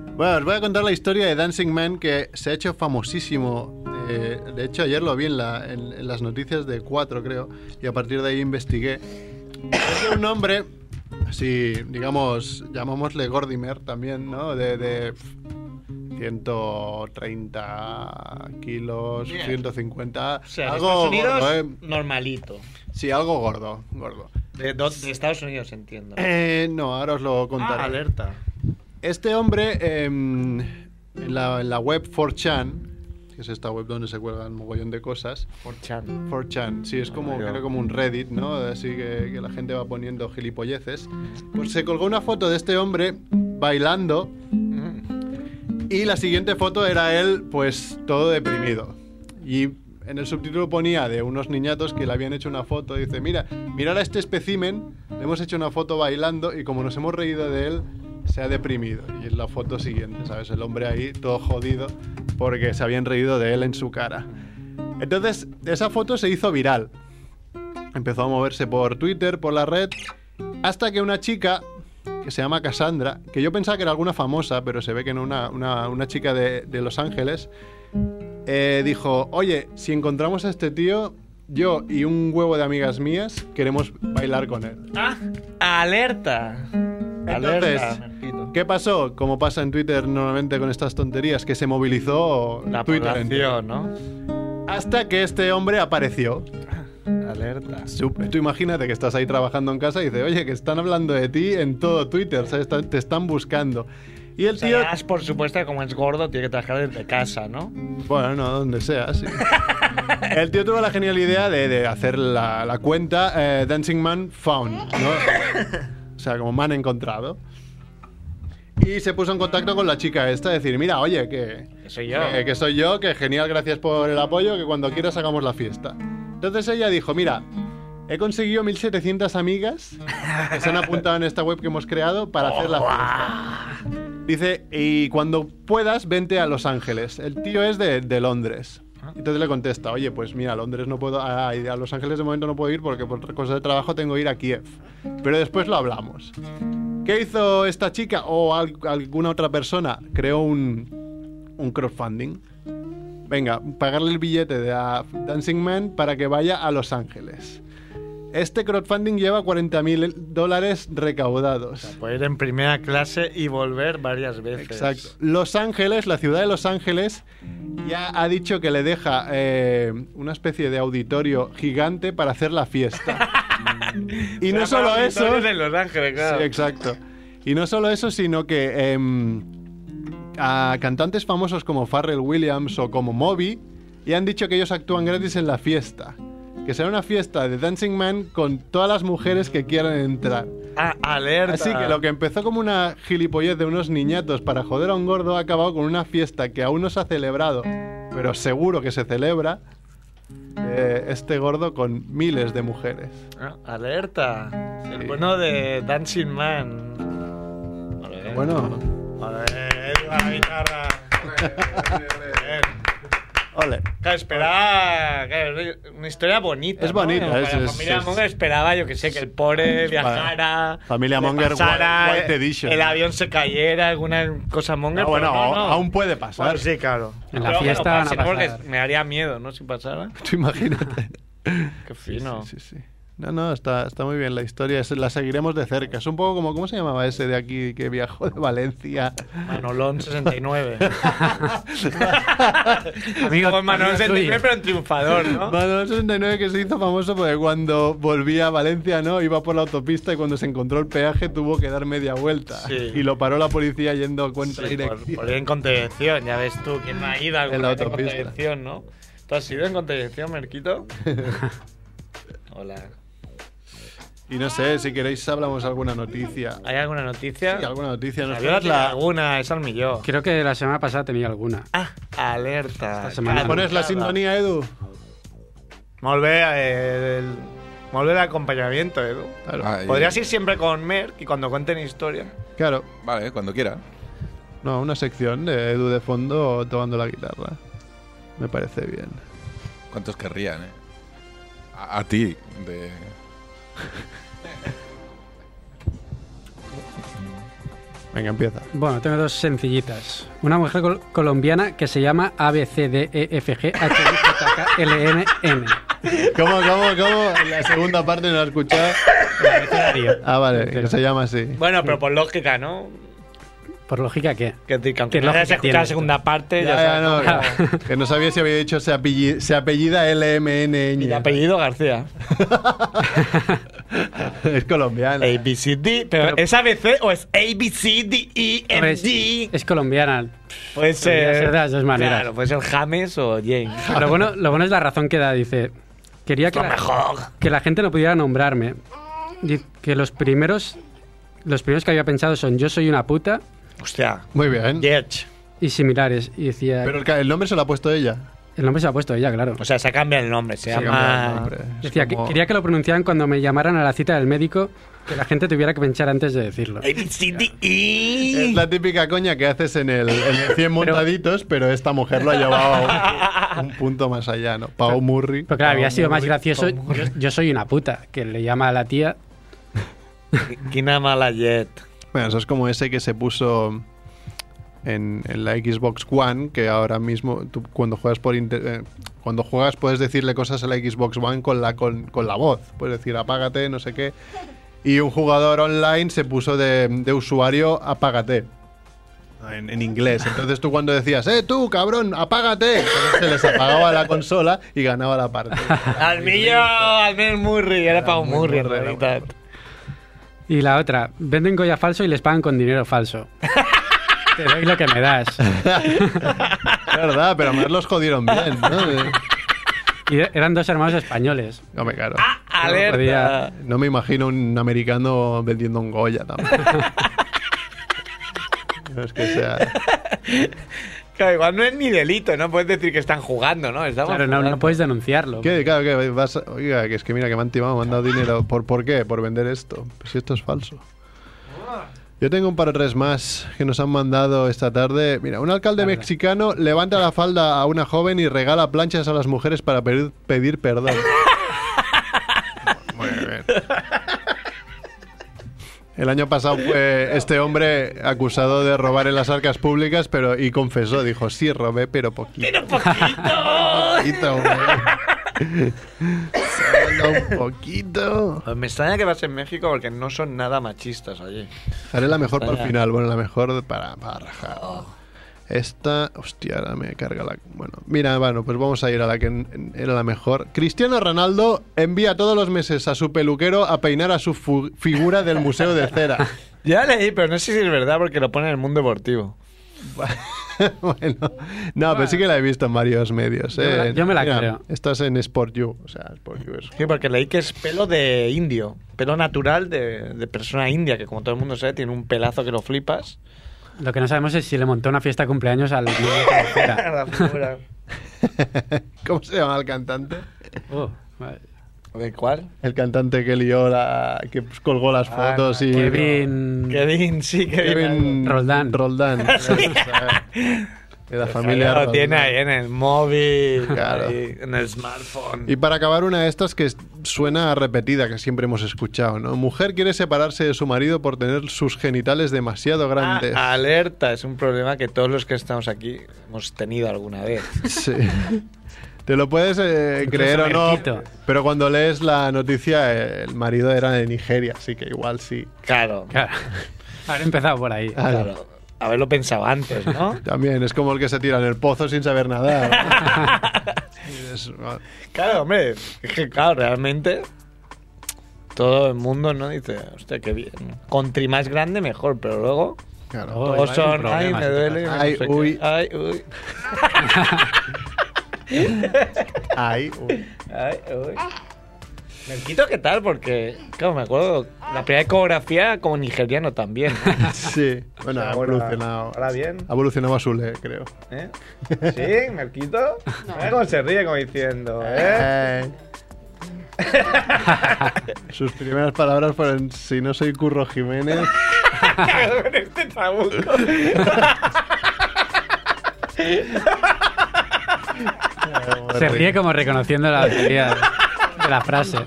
C: bueno, os voy a contar la historia de Dancing Man que se ha hecho famosísimo. Eh, de hecho, ayer lo vi en, la- en- en las noticias de 4, creo, y a partir de ahí investigué. Es de un hombre, así, digamos, llamámosle Gordimer también, ¿no? De, de pf, 130 kilos,
B: Bien.
C: 150.
B: O sea, de
C: algo
B: Estados Unidos,
C: gordo, ¿eh?
B: normalito.
C: Sí, algo gordo, gordo.
B: De, do- de Estados Unidos, entiendo.
C: Eh, no, ahora os lo
B: Ah,
C: contaré.
B: alerta.
C: este hombre eh, en, la, en la web 4chan, que es esta web donde se cuelgan mogollón de cosas,
B: Por Chan.
C: 4chan, sí, es como,
B: Amigo.
C: creo como un Reddit, ¿no? Así que, que la gente va poniendo gilipolleces. Pues se colgó una foto de este hombre bailando y la siguiente foto era él, pues, todo deprimido. Y en el subtítulo ponía de unos niñatos que le habían hecho una foto. Dice, mira, mirar a este espécimen, le hemos hecho una foto bailando y como nos hemos reído de él, se ha deprimido. Y es la foto siguiente, ¿sabes? El hombre ahí, todo jodido, porque se habían reído de él en su cara. Entonces, esa foto se hizo viral. Empezó a moverse por Twitter, por la red, hasta que una chica que se llama Cassandra, que yo pensaba que era alguna famosa, pero se ve que no, una, una- una chica de, de Los Ángeles, eh, dijo, oye, si encontramos a este tío, yo y un huevo de amigas mías queremos bailar con él.
B: Ah, alerta.
C: Entonces,
B: alerta. Mercito.
C: ¿Qué pasó? Como pasa en Twitter normalmente con estas tonterías, que se movilizó
B: La
C: Twitter entero.
B: población, ¿no?
C: hasta que este hombre apareció.
B: Alerta.
C: Sup- Tú imagínate que estás ahí trabajando en casa y dices, oye, que están hablando de ti en todo Twitter, ¿sabes? Está- te están buscando. Y el
B: O sea,
C: tío...
B: Ash, por supuesto, como es gordo, tiene que trabajar desde casa, ¿no?
C: Bueno, no, donde sea, sí. El tío tuvo la genial idea de, de hacer la, la cuenta eh, Dancing Man Found, ¿no? O sea, como man encontrado. Y se puso en contacto con la chica esta, decir, mira, oye, que...
B: Que soy yo.
C: Eh, Que, que soy yo, que genial, gracias por el apoyo, que cuando quieras hagamos la fiesta. Entonces ella dijo, mira, he conseguido 1700 amigas que se han apuntado en esta web que hemos creado para hacer la fiesta. Dice, y cuando puedas, vente a Los Ángeles. El tío es de, de Londres. Entonces le contesta, oye, pues mira, a Londres no puedo, a, a Los Ángeles de momento no puedo ir porque por cosas de trabajo tengo que ir a Kiev. Pero después lo hablamos. ¿Qué hizo esta chica o al- alguna otra persona? Creó un, un crowdfunding. Venga, pagarle el billete de a Dancing Man para que vaya a Los Ángeles. Este crowdfunding lleva 40.000 dólares recaudados.
B: Puede ir en primera clase y volver varias veces.
C: Exacto. Los Ángeles, la ciudad de Los Ángeles, ya ha dicho que le deja eh, una especie de auditorio gigante para hacer la fiesta. y no solo eso.
B: en Los Ángeles,
C: Sí, exacto. Y no solo eso, sino que em, a cantantes famosos como Farrell Williams o como Moby ya han dicho que ellos actúan gratis en la fiesta. Que será una fiesta de Dancing Man con todas las mujeres que quieran entrar.
B: Ah, alerta.
C: Así que lo que empezó como una gilipollez de unos niñatos para joder a un gordo ha acabado con una fiesta que aún no se ha celebrado, pero seguro que se celebra. eh, este gordo con miles de mujeres.
B: Ah, alerta. El
C: Sí.
B: bueno de Dancing Man. Vale.
C: Bueno,
B: Vale, viva la guitarra. Bien.
C: ole.
B: Claro, esperaba claro, una historia bonita.
C: Es
B: ¿no?
C: bonita,
B: Como
C: es-
B: para la
C: es-
B: familia
C: es-
B: Monger esperaba, yo que sé, que el pobre viajara.
C: Familia
B: le
C: Monger,
B: pasara, eh,
C: White- White Edition.
B: El avión se cayera, alguna cosa Monger.
C: Ah, bueno,
B: pero no, no.
C: aún puede pasar.
B: Bueno, sí, claro.
H: En la
B: Pero que no
H: fiesta van a
B: pase, ¿no?
H: pasar.
B: Porque me haría miedo, ¿no? Si pasara.
C: Tú imagínate.
B: Qué fino.
C: Sí, sí. No, no, está, está muy bien la historia. es- La seguiremos de cerca. Es un poco como, ¿cómo se llamaba ese de aquí que viajó de Valencia?
B: Manolón 69.
H: Amigo-
B: Con Manolón
H: amigo
B: 69,
H: tuyo.
B: pero en triunfador, ¿no?
C: Manolón 69 que se hizo famoso porque cuando volvía a Valencia, ¿no? Iba por la autopista y cuando se encontró el peaje tuvo que dar media vuelta.
B: Sí.
C: Y lo paró la policía yendo a
B: Sí,
C: contra
B: por,
C: dirección.
B: por ir en contradicción, ya ves tú, quién no ha ido alguna
C: En la
B: vez en
C: autopista.
B: contradicción, ¿no? ¿Tú has ido en contradicción, Merquito? Hola.
C: Y no sé, si queréis hablamos alguna noticia.
B: ¿Hay alguna noticia?
C: Sí, alguna noticia. ¿no?
B: Javier, la laguna, es al millón.
H: Creo que la semana pasada tenía alguna.
B: Ah, alerta.
H: Esta semana.
C: ¿Pones la sintonía, Edu?
B: Molt bé, eh, el, molt bé l'acompanyamiento, Edu.
C: Claro.
D: Ah, y-
B: Podrías ir siempre con Merck y cuando cuenten historia.
C: Claro.
D: Vale, cuando quiera.
C: No, una sección de Edu de fondo tomando la guitarra. Me parece bien.
D: ¿Cuántos querrían, eh? A, a ti, de...
C: Venga, empieza.
H: Bueno, tengo dos sencillitas. Una mujer col- colombiana que se llama E, ABCDEFGHIJKLMN.
C: ¿Cómo, cómo, cómo? La segunda parte no la he escuchado. Ah, vale, que se llama así.
B: Bueno, pero por lógica, ¿no?
H: Por lógica, ¿qué?
B: Que te
H: Qué
B: que no
H: lógica
B: hayas escuchado
H: tiene
B: la
H: esto.
B: segunda parte,
C: Ya,
B: ya,
C: ya,
B: sabes,
C: no,
B: ¿no?
C: que- que no sabía si había dicho se apellida, se apellida LMN.
B: Y de apellido García.
C: Es colombiana.
B: ABCD, pero,
H: Pero-
B: ¿es ABC o es ABCDEMD?
H: Es, es colombiana.
B: E Puede
H: podría ser de las dos maneras.
B: Claro, puede ser James o James.
H: Lo bueno, lo bueno es la razón que da. Dice, quería que, la, que la gente no pudiera nombrarme. Dice que los primeros, los primeros que había pensado son yo soy una puta
B: Hostia.
C: Muy bien.
B: Yerch.
H: y similares. Y decía,
C: Pero el, ca- el nombre se lo ha puesto ella.
H: el nombre se lo ha puesto ella, claro.
B: O sea, se cambia el nombre, se,
C: Se cambia el
B: llama.
C: nombre. Es
H: Decía, que-
C: como-
H: quería que lo pronunciaran cuando me llamaran a la cita del médico, que la gente tuviera que pensar antes de decirlo.
B: E
C: Es
B: ABCDE.
C: la típica coña que haces en el, en el 100 montaditos, pero esta mujer lo ha llevado a un, un punto más allá, ¿no? Pau Murray.
H: Pero claro, había
C: Pau
H: sido más
C: Murray.
H: gracioso. Yo, yo soy una puta, que le llama a la tía.
B: Quina mala llet.
C: Bueno, eso es como ese que se puso en, en la Xbox One, que ahora mismo tú cuando juegas por inter- eh, cuando juegas puedes decirle cosas a la Xbox One con la con, con la voz, puedes decir apágate, no sé qué. Y un jugador online se puso de, de usuario apágate. En, en inglés. Entonces tú cuando decías, eh, tú, cabrón, apágate, entonces se les apagaba la consola y ganaba la partida.
B: El millor, el Mel Murray, era Pau
C: molt
B: Murray, en
C: Murray, era
B: realitat.
H: Y la otra, venden Goya falso y les pagan con dinero falso. Te doy lo que me das.
C: Es verdad, pero además los jodieron bien, ¿no?
H: Y eran dos hermanos españoles.
C: No me caro.
B: Alerta.
H: podía-
C: No me imagino un americano vendiendo un Goya tampoco. No es que sea.
B: Claro, igual no es ni delito, no puedes decir que están jugando, ¿no? Estamos
H: Claro, no, no
B: jugando.
H: puedes denunciarlo.
C: ¿Qué? Claro, que vas. a- Oiga, que es que mira que me han timado, me han dado dinero. ¿Por, ¿Por qué? Por vender esto. Pues si esto es falso. Yo tengo un par o tres más que nos han mandado esta tarde. Mira, un alcalde mexicano levanta la falda a una joven y regala planchas a las mujeres para pedir, pedir perdón. Muy bien. El año pasado fue este hombre acusado de robar en las arcas públicas, pero y confesó, dijo, sí robé, pero poquito. Pero poquito. güey. Solo un poquito.
B: Pues Me extraña que vas en México porque no son nada machistas allí.
C: Haré la mejor para el final. Bueno, la mejor para, para rajar. Esta, hostia, ahora me carga la. Bueno, mira, bueno, pues vamos a ir a la que n- n- era la mejor. Cristiano Ronaldo envía todos los meses a su peluquero a peinar a su fu- figura del Museo de Cera.
B: Ya leí, pero no sé si es verdad porque lo pone en el mundo deportivo.
C: bueno, no, pero sí que la he visto en varios medios.
H: Yo me la-
C: eh.
H: yo me la
C: Mira,
H: creo.
C: Estás en Sport You. O sea, Sport You es.
B: Sí, porque leí que es pelo de indio, pelo natural de, de persona india, que como todo el mundo sabe, tiene un pelazo que lo flipas.
H: Lo que no sabemos es si le montó una fiesta de cumpleaños al niño de
B: La
H: la frontera.
B: figura.
C: ¿Cómo se llama el cantante?
H: Oh, vale.
B: ¿De cuál?
C: El cantante que lió la. que pues, colgó las
B: Ah,
C: fotos y.
H: Kevin.
B: Kevin, sí, Kevin.
C: Kevin
H: Roldán.
C: Roldán. De la familia
B: Lo tiene
C: Roldán.
B: ahí eh. en el móvil,
C: Claro.
B: ahí, en el smartphone.
C: Y para acabar, una de estas que es- suena a repetida, que siempre hemos escuchado, ¿no? Mujer quiere separarse de su marido por tener sus genitales demasiado
B: Ah,
C: grandes.
B: alerta, es un problema que todos los que estamos aquí hemos tenido alguna vez.
C: Sí. Te lo puedes eh,
H: Incluso
C: creer o no,
H: Merquito.
C: pero cuando lees la noticia, eh, el marido era de Nigeria, así que igual sí.
B: Claro,
H: Claro. Haber empezado por ahí.
C: Ah,
B: claro. Haberlo pensado antes, pues, ¿no?
C: También es como el que se tira en el pozo sin saber nadar. Y es- ah,
B: Claro, hombre, es que claro, realmente todo el mundo no dice, hostia, qué bien. Country más grande, mejor, pero luego
C: claro.
H: Oh,
B: todos
H: hay
B: son,
H: problemas
B: ay, me
H: detrás".
B: duele, no
C: Ay,
B: sé qué,
C: uy.
B: ay, uy,
C: Ay, uy.
B: ay, uy. ¿Me quito qué tal? Porque, claro, me acuerdo. La primera ecografía como nigeriano también. ¿no?
C: Sí, bueno, ha
B: Ahora-
C: evolucionado.
B: ahora bien.
C: Ha evolucionado a Zule, creo.
B: ¿Eh? ¿Sí? ¿Merquito? ¿Eh? Como se ríe como diciendo, ¿eh?
C: Eh. Sus primeras palabras fueron: Si no soy Curro Jiménez.
B: Con este trabuco.
H: Se ríe como reconociendo la autoría de la frase.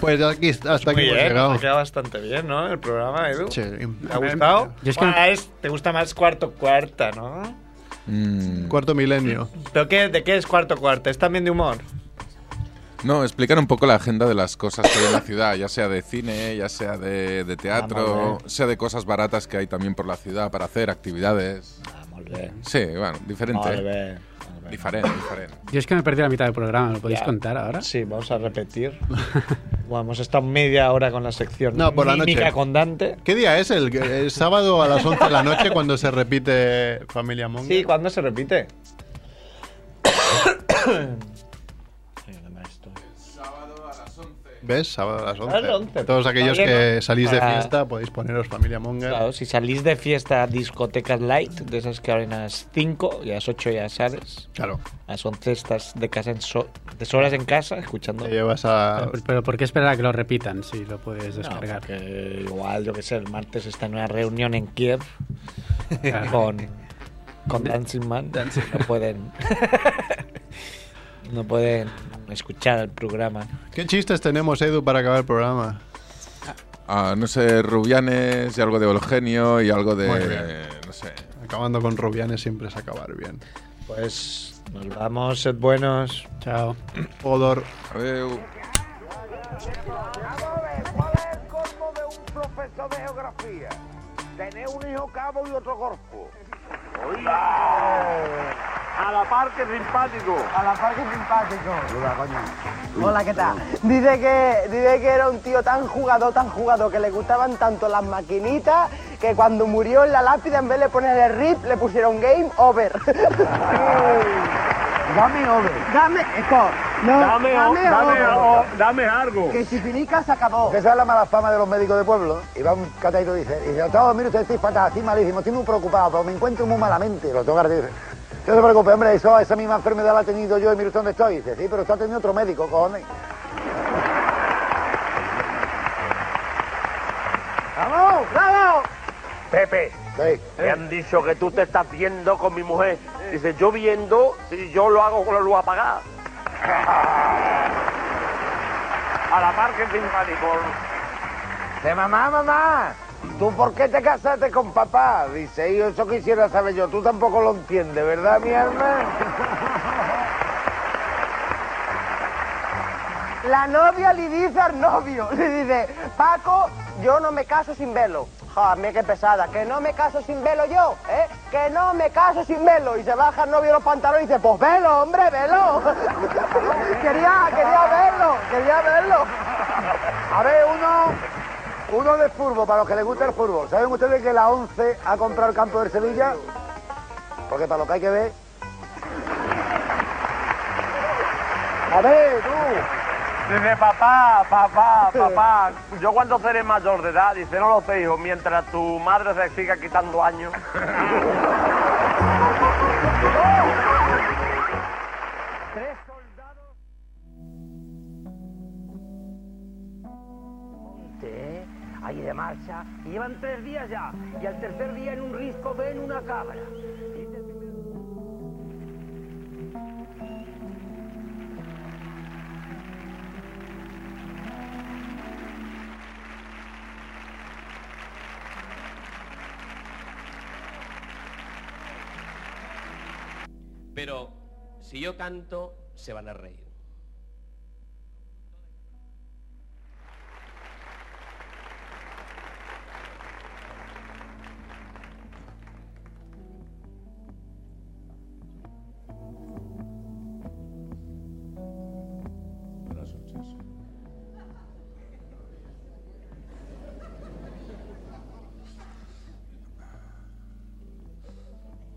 C: Pues aquí, hasta aquí
B: Muy
C: hemos
B: bien,
C: llegado.
B: ha quedado bastante bien, ¿no? El programa, Edu.
C: Sí,
B: ¿Te ha gustado?
H: Yo es que-
B: Bueno, es- te gusta más cuarto cuarta, ¿no?
D: Mm,
C: Cuarto milenio.
B: ¿Pero qué- ¿De qué es cuarto cuarta? ¿Es también de humor?
D: No, explicar un poco la agenda de las cosas que hay en la ciudad, ya sea de cine, ya sea de, de teatro, sea de cosas baratas que hay también por la ciudad para hacer, actividades. Sí, bueno, diferente.
C: Eh.
D: Diferente, diferente.
H: Yo es que me he perdido la mitad del programa, ¿lo podéis contar ahora?
B: Sí, vamos a repetir. Bueno, hemos estado media hora con la sección
C: No, por la
B: mímica
C: noche.
B: con Dante.
C: ¿Qué día es? El, el sábado a las 11 de la noche cuando se repite Familia Monk.
B: Sí, ¿cuándo se repite?
C: ¿Ves? Sábado a las 11.
B: A las 11.
C: Todos aquellos
B: Está bien,
C: que
B: ¿no?
C: salís de
B: Para-
C: fiesta podéis poneros Familia Monger.
B: Claro, si salís de fiesta a discotecas light, de esas que abren a las 5 y a las 8 ya sales,
C: Claro,
B: a las 11 estás de, casa en so de solas en casa escuchando.
C: te llevas a...
H: Pero, pero ¿por qué esperar a que lo repitan si lo puedes descargar?
B: que igual, yo que sé, el martes está en una reunión en Kiev
H: Claro.
B: con, con Dancing Man. No pueden. no pueden escuchar el programa.
C: ¿Qué chistes tenemos, Edu, para acabar el programa?
D: Ah, no sé, Rubianes y algo de Eugenio y algo
C: Muy
D: de...
C: bien.
D: No sé.
C: Acabando con Rubianes siempre es acabar bien.
B: Pues nos vamos, sed buenos.
H: Chao.
C: Odor...
D: Adeu.
F: el colmo de un profesor de geografía. Tener un hijo cabo y otro cuerpo. A la par que simpático.
I: A la par que simpático. Hola, ¿qué tal? Dice que, dice que era un tío tan jugador, tan jugador, que le gustaban tanto las maquinitas, que cuando murió en la lápida, en vez de ponerle RIP, le pusieron Game Over. dame over. Dame, esto. No, dame,
F: algo.
I: Que Chipinica se acabó.
J: Esa es la mala fama de los médicos de pueblo. Y va un cataito y dice, y dice, doctor, mire usted, estoy fatal, estoy malísimo, estoy muy preocupado, pero me encuentro muy malamente. Los doctor dice, no se preocupe, hombre, eso, esa misma enfermedad la he tenido yo y mire usted dónde estoy. dice, sí, pero usted ha tenido otro médico, cojones.
I: ¡Vamos, bravo!
F: Pepe,
J: Sí.
F: me han dicho que tú te estás viendo con mi mujer. Dice, yo viendo, si yo lo hago con la luz apagada. A la par que simpático.
J: Dice, mamá, mamá, ¿tú por qué te casaste con papá? Dice, yo eso quisiera saber yo, tú tampoco lo entiendes, ¿verdad, mi alma?
I: La novia le dice al novio, le dice, Paco, yo no me caso sin velo. Ja, mira qué pesada, que no me caso sin velo yo, ¿eh? Que no me caso sin velo. Y se baja el novio los pantalones y dice, pues velo, hombre, velo. quería, quería verlo, quería verlo.
J: A ver, uno, uno de furbo, para los que les gusta el furbo. ¿Saben ustedes que la 11 ha comprado el campo del Sevilla? Porque para lo que hay que ver... A ver, tú.
F: Dice, papá, papá, papá, yo cuando seré mayor de edad, dice, no lo sé, hijo, mientras tu madre se siga quitando años.
I: ¿eh? Ahí de marcha, y llevan tres días ya, y al tercer día en un risco ven una cabra.
K: Pero si yo canto, se van a reír.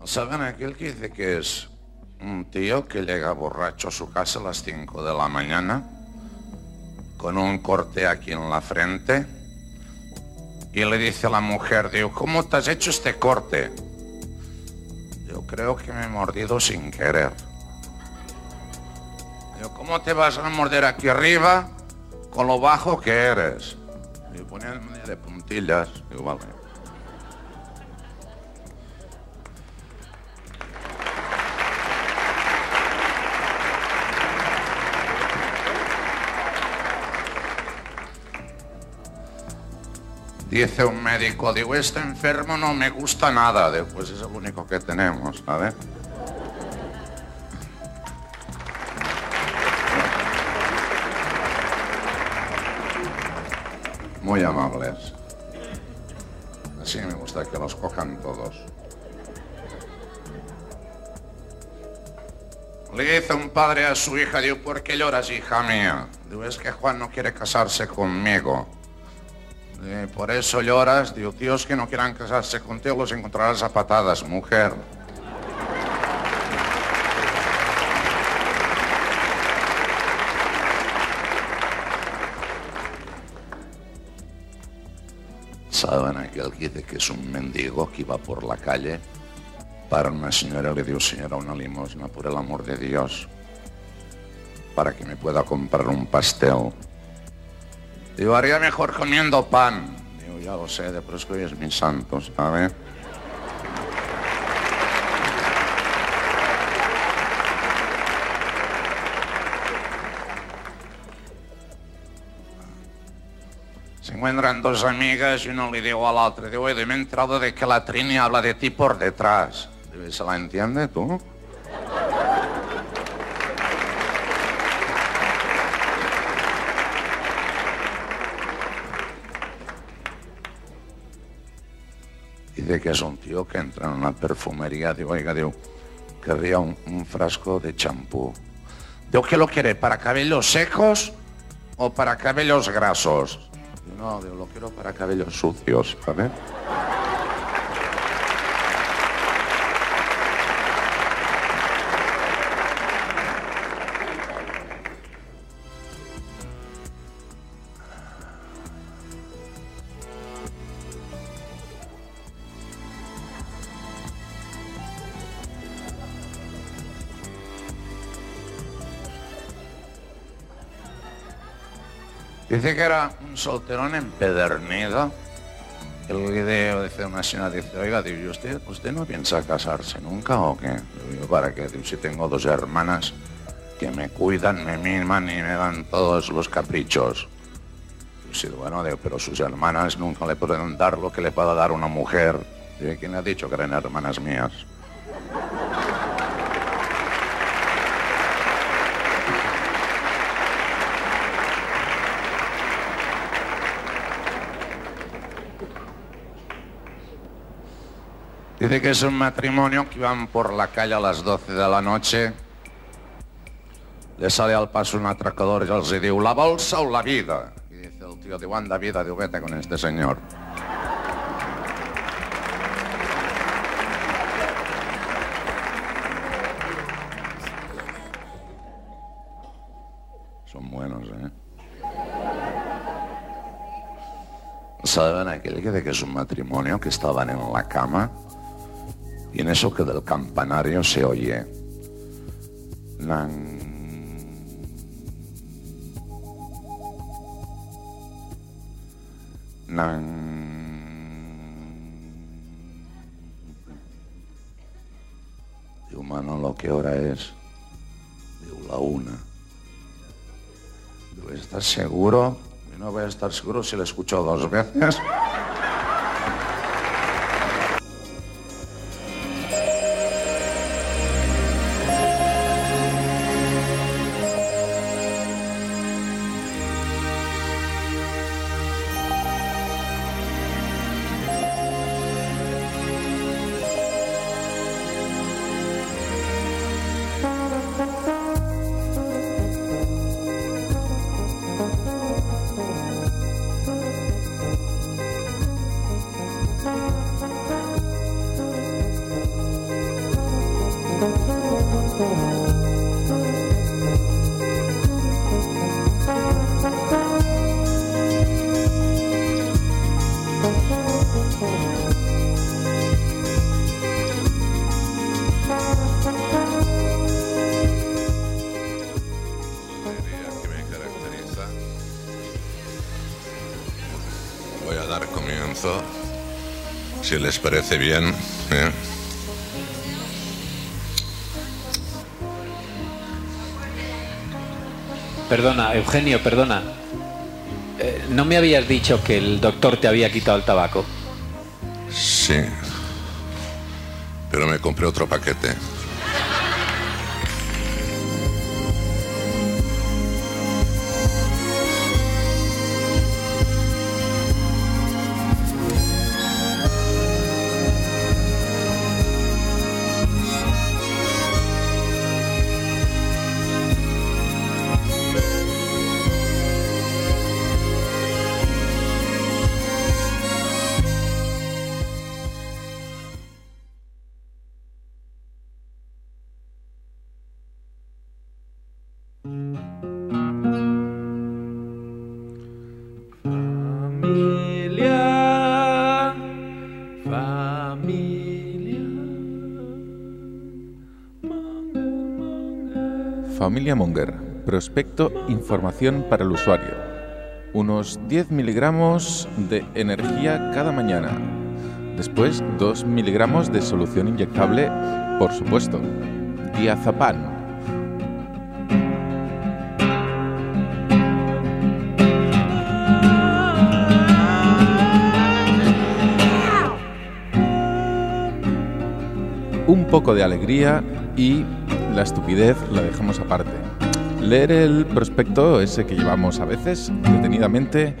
L: ¿Saben aquel que dice que es un un tío que llega borracho a su casa a las 5 de la mañana con un corte aquí en la frente y le dice a la mujer, digo, ¿cómo te has hecho este corte? Yo creo que me he mordido sin querer. Digo, ¿cómo te vas a morder aquí arriba con lo bajo que eres? Y poniéndome de puntillas, digo, vale. Dice un médico, digo, este enfermo no me gusta nada. Digo, pues es el único que tenemos, ¿sabes? Muy amables. Así me gusta que los cojan todos. Le dice un padre a su hija, digo, ¿por qué lloras, hija mía? Digo, es que Juan no quiere casarse conmigo. Eh, por eso lloras, digo, tíos que no quieran casarse contigo los encontrarás a patadas, mujer. ¿Saben aquel que dice que es un mendigo que iba por la calle? Para una señora y le dio, señora, una limosna, por el amor de Dios, para que me pueda comprar un pastel. Digo, haría mejor comiendo pan. Digo, ya lo sé, de- pero es que hoy es mi santo, ¿sabes? Se encuentran dos amigas y uno le digo a la otra, digo, oye, me he enterado de que la Trini habla de ti por detrás. Digo, ¿se la entiende tú? Dice que es un tío que entra en una perfumería, digo, oiga, digo, querría un, un frasco de champú. Digo, ¿qué lo quiere? ¿Para cabellos secos o para cabellos grasos? Digo, no, digo, lo quiero para cabellos sucios, ¿sabes? Dice que era un solterón empedernido. El video dice una señora, dice, oiga, digo, ¿y usted, usted no piensa casarse nunca o qué? Digo, ¿para qué? Digo, si tengo dos hermanas que me cuidan, me miman y me dan todos los caprichos. Digo, sí, bueno, digo, pero sus hermanas nunca le pueden dar lo que le pueda dar una mujer. Digo, ¿quién le ha dicho que eran hermanas mías? Dice que es un matrimonio que iban por la calle a las 12 de la noche. Le sale al paso un atracador y els diu, la bolsa o la vida? Y dice el tío, diu, anda vida, diu, vete con este señor. Son buenos, ¿eh? ¿Saben aquel que de que es un matrimonio que estaban en la cama? Y en eso que del campanario se oye. Nan. Nan. Digo, Manolo, ¿qué hora es? Digo, la una. Digo, ¿estás seguro? Digo, No voy a estar seguro si lo escucho dos veces. comienzo, si les parece bien. ¿eh?
H: Perdona, Eugenio, perdona. Eh, ¿No me habías dicho que el doctor te había quitado el tabaco?
L: Sí. Pero me compré otro paquete.
E: Familia, familia.
D: Familia Monger. Prospecto información para el usuario. Unos 10 miligramos de energía cada mañana. Después 2 miligramos de solución inyectable, por supuesto. Diazapán. Un poco de alegría y la estupidez la dejamos aparte. Leer el prospecto, ese que llevamos a veces, detenidamente,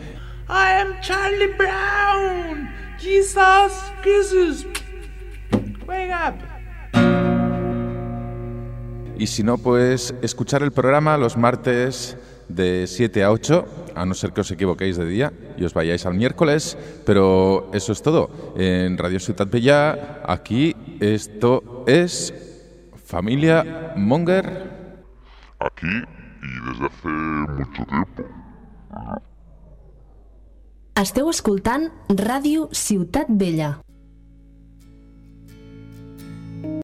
E: I am Charlie Brown. Jesus kisses. Wake up.
D: Y si no, pues escuchar el programa los martes de 7 a 8, a no ser que os equivoquéis de día y os vayáis al miércoles, pero eso es todo. En Radio Ciudad Bella, aquí esto es Familia Monger.
M: Aquí y desde hace mucho tiempo.
N: Esteu escoltant Ràdio Ciutat Vella.